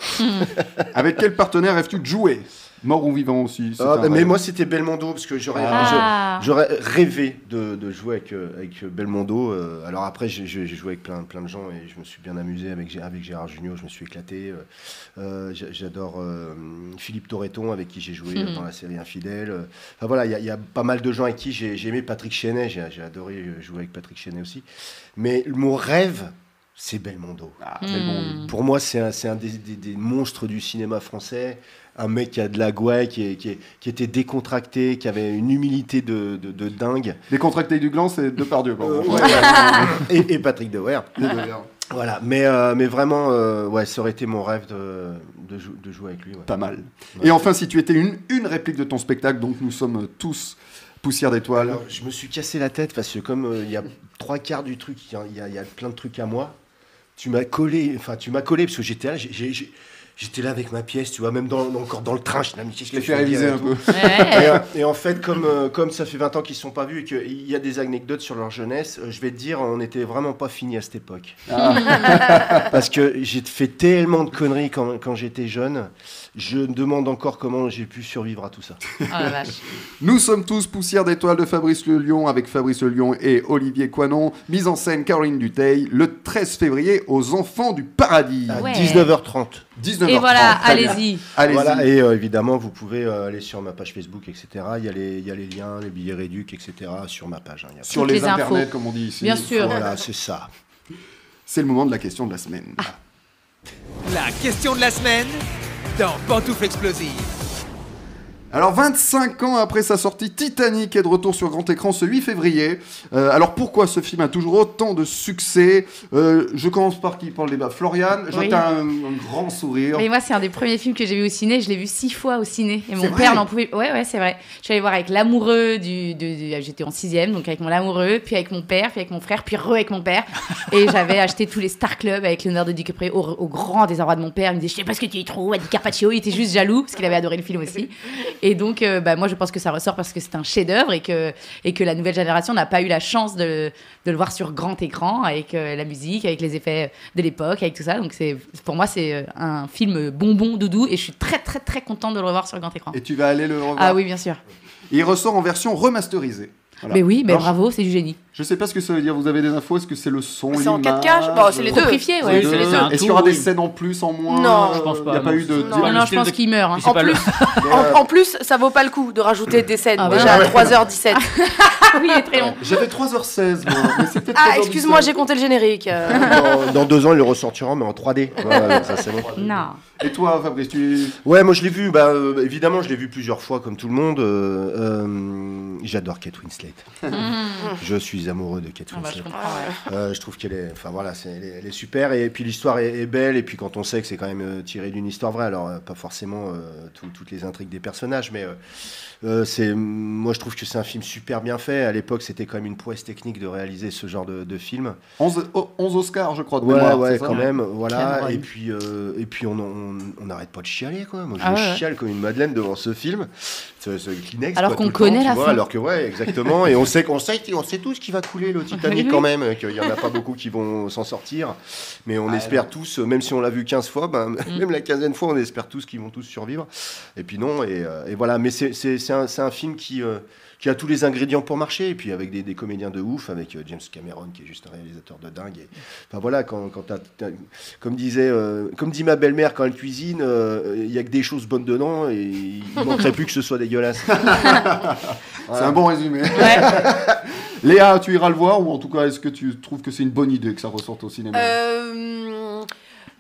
Avec quel partenaire rêves-tu de jouer Mort ou vivant aussi c'est Ah, un bah, mais rêve. moi c'était Belmondo parce que j'aurais Ah. je- j'aurais rêvé de, de jouer avec, euh, avec Belmondo. euh, alors après j'ai j'ai- j'ai joué avec plein, plein de gens et je me suis bien amusé avec, Gé- avec Gérard Junior, je me suis éclaté. euh, euh, j'a- J'adore euh, Philippe Torreton avec qui j'ai joué euh, Mhm. dans la série Infidèle. euh. Enfin voilà, il y a- il y, a pas mal de gens avec qui j'ai j'ai aimé Patrick Chenet, j'ai j'ai adoré euh, jouer avec Patrick Chenet aussi. Mais mon rêve, c'est Belmondo. Hmm. Belmondo. Pour moi, c'est un, c'est un des, des- des monstres du cinéma français. Un mec qui a de la gouaille, qui, est- qui, est- qui était décontracté, qui avait une humilité de, de- de dingue. Décontracté du gland, c'est Depardieu. pardon. Euh, ouais, ouais. et, et Patrick Dewaere. Les deux, merde. Voilà, mais, euh, mais vraiment, euh, ouais, ça aurait été mon rêve de, de jou- de jouer avec lui. ouais. Pas mal. Et enfin, si tu étais une, une réplique de ton spectacle, donc nous sommes tous poussière d'étoiles. Alors, je me suis cassé la tête parce que comme euh, il y a trois quarts du truc, il y a- il y, a- il y a plein de trucs à moi. Tu m'as collé, enfin tu m'as collé parce que j'étais là, j'ai- j'ai- j'ai- j'étais là avec ma pièce, tu vois, même dans, encore dans le train, je Je l'ai fait réviser un peu. Ah. et, euh, et en fait, comme, euh, comme ça fait 20 ans qu'ils ne sont pas vus et qu'il y a des anecdotes sur leur jeunesse, euh, je vais te dire, on n'était vraiment pas finis à cette époque. Parce que j'ai fait tellement de conneries quand, quand j'étais jeune, je me demande encore comment j'ai pu survivre à tout ça. Ah la vache. Nous sommes tous poussière d'étoiles de Fabrice Le Lion avec Fabrice Le Lion et Olivier Coinon. Mise en scène Caroline Duteil le 13 février aux Enfants du Paradis. À Ouais. 19h30. 19h30. Et voilà, très bien. allez-y. Allez-y. Voilà, et euh, évidemment, vous pouvez euh, aller sur ma page Facebook, etc. Il y, a les- il y a les liens, les billets réducs, etc. sur ma page. hein, il y a Sur Toutes les, les infos. internets, comme on dit ici. Bien sûr. Voilà, c'est ça. C'est le moment de la question de la semaine. La question de la semaine dans Pantoufle Explosive. Alors 25 ans après sa sortie, Titanic est de retour sur grand écran ce 8 février. Euh, alors pourquoi ce film a toujours autant de succès Euh, Je commence par qui Par le débat. Florian, Oui. j'entends un, un grand sourire. Mais moi, c'est un des premiers films que j'ai vu au ciné. Je l'ai vu six fois au ciné. Et C'est mon vrai père n'en pouvait. Ouais, ouais, c'est vrai. Je suis allée voir avec l'amoureux du. de- de- J'étais en sixième, donc avec mon amoureux, puis avec mon père, puis avec mon frère, puis re avec mon père. Et j'avais acheté tous les Star Club avec Leonardo DiCaprio au, au grand désarroi de mon père. Il me disait, je sais pas ce que tu y trouves, à Di Carpaccio. Il était juste jaloux parce qu'il avait adoré le film aussi. Et donc, euh, bah, moi, je pense que ça ressort parce que c'est un chef-d'œuvre et que, et que la nouvelle génération n'a pas eu la chance de, de le voir sur grand écran avec euh, la musique, avec les effets de l'époque, avec tout ça. Donc, c'est, pour moi, c'est euh, un film bonbon doudou et je suis très, très, très contente de le revoir sur grand écran. Et tu vas aller le revoir. Ah oui, bien sûr. Et il ressort en version remasterisée. Voilà. Mais oui, mais Alors, bravo, c'est du génie. Je sais pas ce que ça veut dire. Vous avez des infos Est-ce que c'est le son C'est en l'image 4K, je- bon, c'est les deux. Proprifié, Les ouais. deux. c'est les deux. Est-ce qu'il y aura Un des tout, oui. scènes en plus, en moins Non. Je pense pas, Il n'y a non. pas eu de. Non. Non, non, je pense qu'il meurt. hein. Puis c'est En pas le- En, en plus, ça vaut pas le coup de rajouter des scènes Ah, déjà à 3h17. Ah oui, il est très long. J'avais 3h16, moi. mais c'est peut-être Ah, 3h17. excuse-moi, j'ai compté le générique. euh. Dans, dans deux ans, ils le ressortiront, mais en 3D. Voilà, ça, c'est bon. Non. Et toi, Fabrice, tu. Ouais, moi je l'ai vu, bah, euh, évidemment, je l'ai vu plusieurs fois comme tout le monde. euh, euh, J'adore Kate Winslet. je suis amoureux de Kate Mm. Ah bah, je Winslet. comprends, Euh, je trouve qu'elle est, enfin voilà, c'est- elle est, elle est super et puis l'histoire est, est belle et puis quand on sait que c'est quand même euh, tiré d'une histoire vraie, alors euh, pas forcément euh, tout- toutes les intrigues des personnages, mais euh, euh, c'est, moi je trouve que c'est un film super bien fait. À l'époque, c'était quand même une prouesse technique de réaliser ce genre de, de film. 11, oh, 11 Oscars, je crois, de Voilà, mémoire, ouais, c'est ça quand même, voilà. Cameron. Et puis, euh, et puis on on- on n'arrête pas de chialer, quoi. Moi, je Ah ouais. chiale comme une madeleine devant ce film, ce, ce Kleenex. Alors quoi, qu'on tout le temps, connaît tu la vois, fin. Alors que, ouais, exactement. et on sait qu'on sait, on sait tous qui va couler le Titanic Oui. Ah, quand même, qu'il y en a pas beaucoup qui vont s'en sortir. Mais on espère tous, même si on l'a vu 15 fois, ben, Mm. même la quinzaine fois, on espère tous qu'ils vont tous survivre. Et puis non, et, euh, et voilà. Mais c'est- c'est c'est un, c'est un film qui. euh, qui a tous les ingrédients pour marcher, et puis avec des, des comédiens de ouf, avec euh, James Cameron qui est juste un réalisateur de dingue. Et, enfin voilà, quand, quand t'as- t'as- comme disait, euh, comme dit ma belle-mère quand elle cuisine, euh, il y a que des choses bonnes dedans, et il manquerait plus que ce soit dégueulasse. C'est un bon résumé. Ouais. Léa, tu iras le voir ou en tout cas, est-ce que tu trouves que c'est une bonne idée que ça ressorte au cinéma Euh,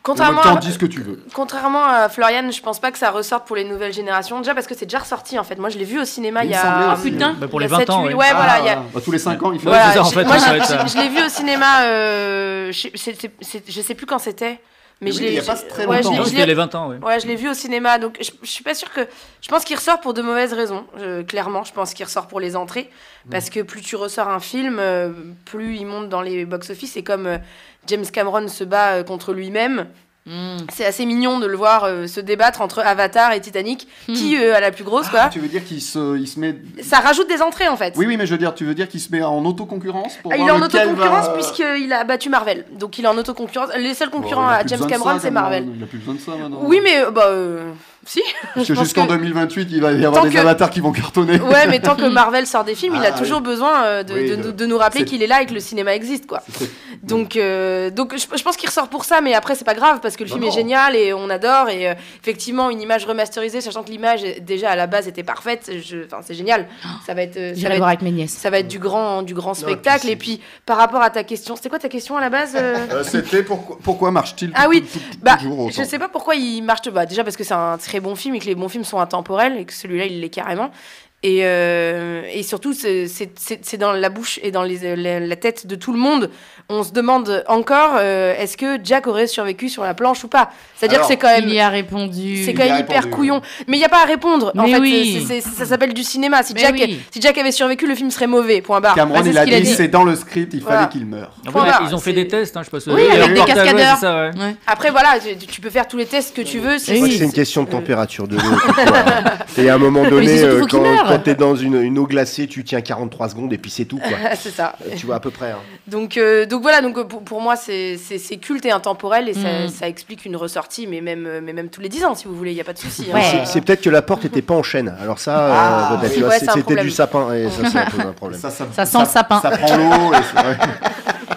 Contrairement T'en à- dis ce que tu veux. Contrairement à Florian, je pense pas que ça ressorte pour les nouvelles générations. Déjà parce que c'est déjà ressorti en fait. Moi je l'ai vu au cinéma il, y me semblait a. Ah, aussi. Bah, pour les il y a 20 ans, sept, ouais. huit- Ouais, voilà. il y a- Bah, tous les 5 ans, il faut. Voilà, j'ai- moi, j'ai- j'ai- je l'ai vu au cinéma, euh, je, je- c'est- c'est- je sais plus quand c'était. Mais Oui, je il l'ai y a pas je- très ouais, je longtemps. l'ai- Non, je c'était l'ai- les 20 ans, ouais. je l'ai vu au cinéma, donc je, je suis pas sûre que. Je pense qu'il ressort pour de mauvaises raisons, euh, clairement. Je pense qu'il ressort pour les entrées. Mm. Parce que plus tu ressors un film, euh, plus il monte dans les box-office. Et comme euh, James Cameron se bat euh, contre lui-même, Hmm. c'est assez mignon de le voir euh, se débattre entre Avatar et Titanic. Hmm. Qui euh, a la plus grosse, quoi Ah, Tu veux dire qu'il se, il se met. Ça rajoute des entrées, en fait. Ah. Oui, oui, mais je veux dire, tu veux dire qu'il se met en autoconcurrence pour Ah, il est voir en lequel autoconcurrence va- puisqu'il a battu Marvel. Donc il est en autoconcurrence. Les seuls euh, Bon, concurrents il a à plus James besoin de ça, Cameron, c'est maintenant. Marvel. Il a plus besoin de ça maintenant. Oui, mais euh, bah euh, si. Parce Je que pense jusqu'en que- 2028, il va y avoir Tant des que- avatars qui vont cartonner. Ouais, mais tant que Marvel sort des films, il Ah, a oui. toujours besoin euh, de, Oui, de- le- de- de nous rappeler c'est- qu'il est là et que le cinéma existe, quoi. Donc, euh, donc je, je pense qu'il ressort pour ça, mais après c'est pas grave parce que le Bah film non. est génial et on adore et euh, effectivement une image remasterisée, sachant que l'image est- déjà à la base était parfaite, je- enfin c'est génial. Ça va être, euh, ça J'irai va voir être, avec mes nièces. ça va être du grand, du grand et puis spectacle. et, puis, par rapport à ta question, c'était quoi ta question à la base euh Euh, C'était pourquoi, pourquoi marche-t-il Ah oui, bah, toujours autant je sais pas pourquoi il marche pas. Bah, Déjà parce que c'est un très bon film et que les bons films sont intemporels et que celui-là il l'est carrément. Et, euh, et surtout, c'est- c'est c'est- c'est dans la bouche et dans les- euh, la, la tête de tout le monde. On se demande encore euh, est-ce que Jack aurait survécu sur la planche ou pas C'est-à-dire que Alors, c'est quand même. il y a répondu. C'est quand même Il y a hyper répondu, couillon. Mais il n'y a pas à répondre. en Mais fait, oui. c'est- c'est- ça s'appelle du cinéma. Si Mais Jack, oui. si Jack avait survécu, le film serait mauvais. Point barre. Cameron, Bah, c'est il ce a qu'il dit, c'est dans le script, il Voilà. fallait qu'il meure. Ah Point oui, barre, ils ont fait des tests, hein, je pense. Oui, avec des cascadeurs. ça, ouais. Après, voilà, tu, tu peux faire tous les tests que tu veux. Je crois que c'est une question Euh. de température de l'eau. quoi. Et à un moment Mais donné, c'est surtout euh, faut qu'il quand, meure. quand t'es dans une, une eau glacée, tu tiens 43 secondes et puis c'est tout. Quoi. c'est ça. Euh, tu vois à peu près. hein. Donc, euh, donc voilà, donc euh, pour, pour moi, c'est c'est- c'est culte et intemporel et ça, Mm. ça explique une ressortie, mais même, euh, mais même tous les 10 ans, si vous voulez, il n'y a pas de souci. hein. C'est- C'est peut-être que la porte n'était pas en chaîne. Alors ça, euh, Ah. peut-être, Oui, tu vois, ouais, c'est- c'est un c'était problème. du sapin. Et ça, ça pose un problème. Ça, ça, Ça sent le sapin. Ça prend l'eau. Et, c'est vrai.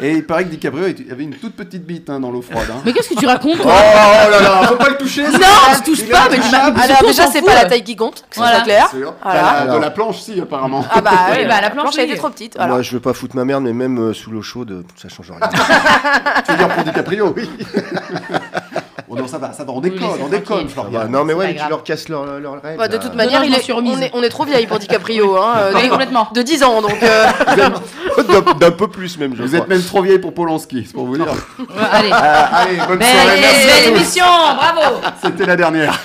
Et il paraît que DiCaprio était- avait une toute petite bite hein, dans l'eau froide. hein. Mais qu'est-ce que tu racontes Oh là là, faut pas le toucher. Non, ça. je touche Il est pas, mais je intouchable. m'a- Alors surtout, on Ah déjà, s'en c'est fout, pas la euh. taille qui compte, que ce Voilà. soit clair. Sûr. Ah Voilà. Bah, la- de la planche, si, apparemment. Ah bah oui, bah, la La planche, planche, elle oui. était trop petite. Voilà. Moi, je veux pas foutre ma merde, mais même euh, sous l'eau chaude, euh, ça change rien. Tu veux dire pour DiCaprio, oui. Oh non, ça va, ça va, on déconne, on déconne, Florian. non, mais ouais, mais tu leur casses leur, leur, leur règle, Bah, de là. toute manière, il est- on, est, on est trop vieille pour DiCaprio. Hein, euh, Oui, de- complètement. De 10 ans, donc. euh, D'un- D'un peu plus même, je Vous êtes même trop vieille pour Polanski, c'est pour vous dire. Euh, allez. allez, bonne Belle, soirée. merci à belle tous. émission, bravo C'était la dernière.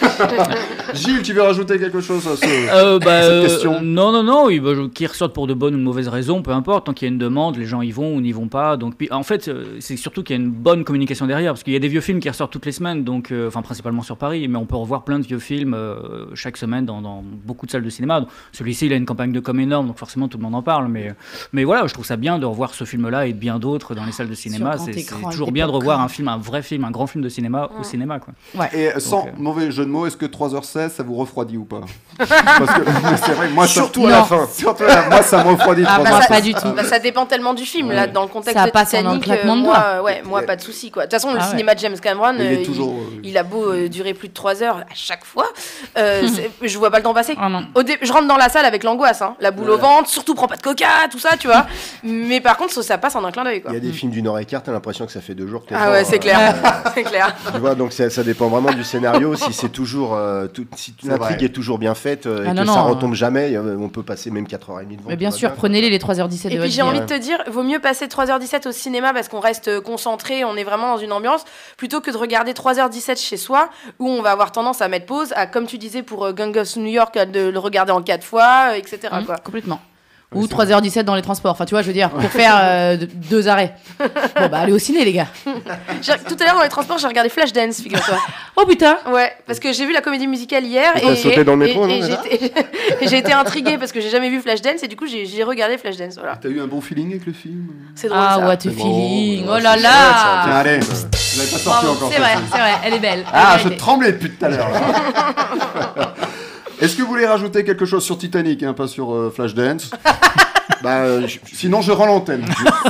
Gilles, tu veux rajouter quelque chose à ce- Euh, bah, cette euh, question Non, non, non, oui, bah, je- qu'ils ressortent pour de bonnes ou de mauvaises raisons, peu importe, tant qu'il y a une demande, les gens y vont ou n'y vont pas. Donc, puis, en fait, euh, c'est surtout qu'il y a une bonne communication derrière, parce qu'il y a des vieux films qui ressortent toutes les semaines, donc, euh, enfin principalement sur Paris, mais on peut revoir plein de vieux films euh, chaque semaine dans, dans beaucoup de salles de cinéma. Donc, Celui-ci, il a une campagne de com énorme, donc forcément tout le monde en parle, mais, mais voilà, je trouve ça bien de revoir ce film-là et bien d'autres dans les salles de cinéma. grand C'est c'est écran, toujours avec bien de des revoir popcorn. un film, un vrai film, un grand film de cinéma au cinéma. Quoi. Et sans Donc, euh, mauvais jeu de mots, est-ce que 3h16 ça vous refroidit ou pas Parce que c'est vrai, moi ça- Surtout à la Non. fin. Surtout à la- moi ça me refroidit. Ah, 3h16. bah, ça, bah, ça dépend tellement du film. Là, dans le contexte Ça de passe en un Titanic, claquement de moi, doigts. euh, ouais, moi pas de souci. quoi. De toute façon, le Ah ouais. cinéma de James Cameron, Il est euh, toujours, euh, il a beau euh, durer plus de 3 heures à chaque fois, euh, c'est- je vois pas le temps passer. Ah, Au dé- je rentre dans la salle avec l'angoisse, hein, la boule au ventre, surtout prends pas de coca, tout ça, tu vois. Mais par contre, ça, ça passe en un clin d'œil. quoi. Il y a des films d'une heure et quart, t'as l'impression que ça fait deux jours que t'es Ah dedans, ouais, c'est euh, clair. c'est clair. Tu vois, donc ça, ça dépend vraiment du scénario. si c'est toujours, euh, tout- si C'est l'intrigue vrai. est toujours bien faite euh, et Ah que non, ça non. retombe jamais, euh, on peut passer même 4h30 devant. Mais bah, bien sûr, prenez-les les 3h17 de Et puis votre j'ai vie. envie ouais. de te dire, vaut mieux passer 3h17 au cinéma parce qu'on reste euh, concentré, on est vraiment dans une ambiance, plutôt que de regarder 3h17 chez soi, où on va avoir tendance à mettre pause, à, comme tu disais pour euh, Gang of New York, à de le regarder en quatre fois, euh, etc. Mmh. Mhm, quoi. Complètement. Ou 3h17 dans les transports. Enfin, tu vois, je veux dire, pour faire euh, de- deux arrêts. Bon, bah, allez au ciné, les gars. J'ai- Tout à l'heure dans les transports, j'ai regardé Flashdance, figure-toi. oh putain Ouais, parce que j'ai vu la comédie musicale hier Mais et, t'as sauté dans le et- métro, et non, déjà j'ai été- et j'ai été intriguée parce que j'ai jamais vu Flashdance et du coup j'ai j'ai regardé Flashdance. Voilà. T'as eu un bon feeling avec le film C'est drôle Ah, ça. what a feeling. Oh là Tiens, là Ah, allez, je l'avais pas sorti Bravo, encore. C'est cette vrai, scène. c'est vrai, elle est belle. Ah, Elle est je belle. tremblais depuis tout à l'heure. là. Est-ce que vous voulez rajouter quelque chose sur Titanic, hein, pas sur euh, Flashdance Bah, euh, je, Sinon, je rends l'antenne.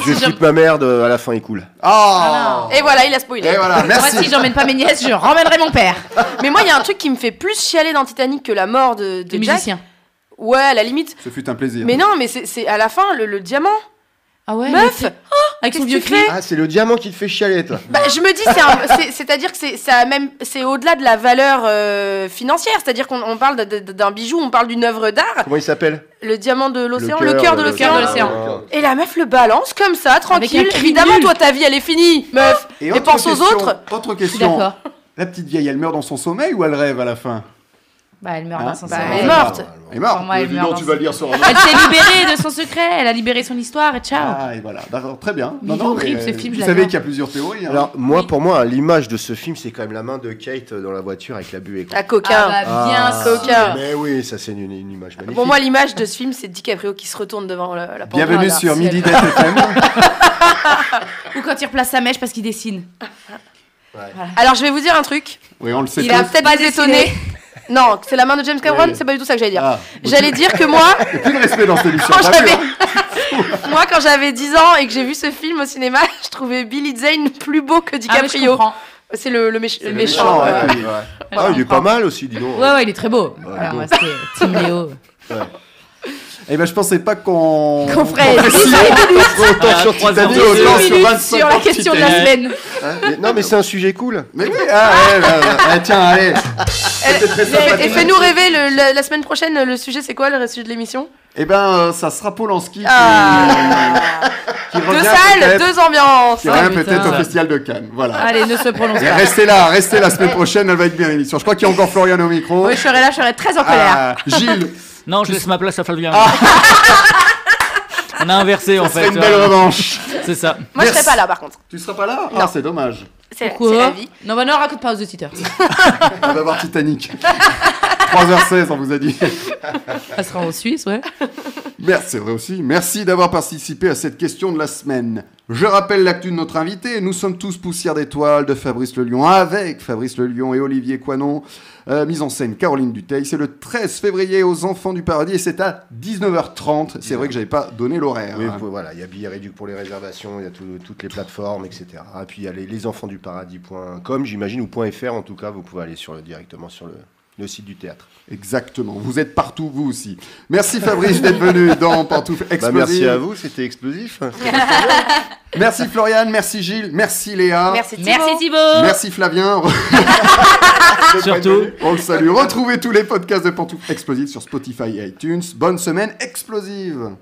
je flippe ma merde, euh, à la fin il coule. Ah Et voilà, il a spoilé. Et voilà, merci. Moi, si j'emmène pas mes nièces, je ramènerai mon père. Mais moi, il y a un truc qui me fait plus chialer dans Titanic que la mort de, de Les Jack. musiciens. Ouais, à la limite. Ce fut un plaisir. Mais non, mais c'est c'est à la fin, le, le diamant. Ah ouais Meuf, mais t'es- oh, Avec son qu'est-ce vieux que cri tu fais Ah, c'est le diamant qui te fait chialer, toi. Bah, je me dis, c'est un- c'est- c'est-à-dire que c'est ça a même, c'est au-delà de la valeur euh, financière, c'est-à-dire qu'on on parle de- de- d'un bijou, on parle d'une œuvre d'art, Comment il s'appelle le diamant de l'océan, le cœur de l'océan. Ah. Et la meuf le balance comme ça, tranquille. un cri Évidemment, nul. Ah. toi, ta vie, elle est finie, meuf. Et, autre pense aux question- autres. Autre suis question. D'accord. La petite vieille, elle meurt dans son sommeil ou elle rêve à la fin Bah, elle meurt Hein dans son Bah, sommeil. Elle est morte. Elle est morte. Pour moi, elle Dis meurt donc, dans tu son- vas le lire sur un Elle s'est libérée de son secret, elle a libéré son histoire et ciao. Ah, et voilà. D'accord, très bien. Mais il est horrible, ce film, je Vous l'adore. savez qu'il y a plusieurs théories. hein. Alors, moi, pour moi, l'image de ce film, c'est quand même la main de Kate euh, dans la voiture avec la buée. quoi. À coquin. Ah bah, bien Ah, sûr. coquin. Mais oui, ça, c'est une, une image magnifique. Bon, moi, l'image de ce film, c'est DiCaprio qui se retourne devant la, la porte. Bienvenue Voilà, sur c'est Midi elle. Death FM. Ou quand il replace sa mèche parce qu'il dessine. Alors, je vais vous dire un truc. Oui, on le sait Il tous. a peut-être Pas vous dessiné. étonner. Non, c'est la main de James Cameron, Oui. c'est pas du tout ça que j'allais dire. Ah, J'allais dire que moi, Plus de respect dans cette émission. quand t'as vu, j'avais... hein moi, quand j'avais 10 ans et que j'ai vu ce film au cinéma, je trouvais Billy Zane plus beau que Ah, mais je DiCaprio. comprends. c'est le, le, méch- C'est le le méchant, méchant. ouais. ouais. Ah, il est pas mal aussi, dis donc. Ouais, ouais, il est très beau. Ouais, Alors, beau. moi, c'était Team Léo. Eh ben, je pensais pas qu'on. Qu'on ferait qu'on précise autant Ah, sur trois Titanic, heures de autant jeu. sur 25 Sur la ans de question de la Titanic. semaine. Hein Mais- non, mais c'est un sujet cool. Mais oui, ah, ouais, là, là. Ah, tiens, allez. C'était très Et- Et, sympathique. fais-nous rêver, le- la, la semaine prochaine, le sujet, c'est quoi le sujet de l'émission Eh ben, euh, ça sera Polanski qui- Euh, Ah. qui Deux revient salles, peut-être- deux ambiances. qui revient putain. peut-être au Festival de Cannes. Voilà. Allez, ne se prononce Et pas. restez là, restez la semaine prochaine, elle va être bien l'émission. Je crois qu'il y a encore Florian au micro. Oui, je serais là, je serais très en colère. Ah, Gilles, Non, je laisse ma place à Flavien. On a inversé en c'est fait. Ah. une belle revanche. C'est ça. Moi, je Merci. serais pas là, par contre. Tu seras pas là Ah, c'est dommage. C'est c'est Quoi la vie. Non, bah non, raconte pas aux auditeurs. On va voir Titanic. 3h16, on vous a dit. Ça sera en Suisse, ouais. Merci, c'est vrai aussi. Merci d'avoir participé à cette question de la semaine. Je rappelle l'actu de notre invité. Nous sommes tous poussière d'étoiles de Fabrice Le Lion avec Fabrice Le Lion et Olivier Coinon. Euh, mise en scène Caroline Duteil. C'est le 13 février aux Enfants du Paradis et c'est à 19h30. C'est vrai que j'avais pas donné l'horaire. Oui, hein. vous- voilà, il y a billets réduits pour les réservations, il y a tout- toutes les plateformes, etc. Et puis il y a les, lesenfantsduparadis.com, j'imagine, ou .fr en tout cas, vous pouvez aller sur le, directement sur le, le site du théâtre. Exactement. Vous êtes partout, vous aussi. Merci Fabrice d'être venu dans Pantoufles Bah, Explosives. merci à vous, c'était explosif. Merci Florian, merci Gilles, merci Léa. Merci, Thibaut. Merci Thibaut. Merci Flavien. Surtout. On le salue. Retrouvez tous les podcasts de Pantoufles Explosives sur Spotify et iTunes. Bonne semaine explosive.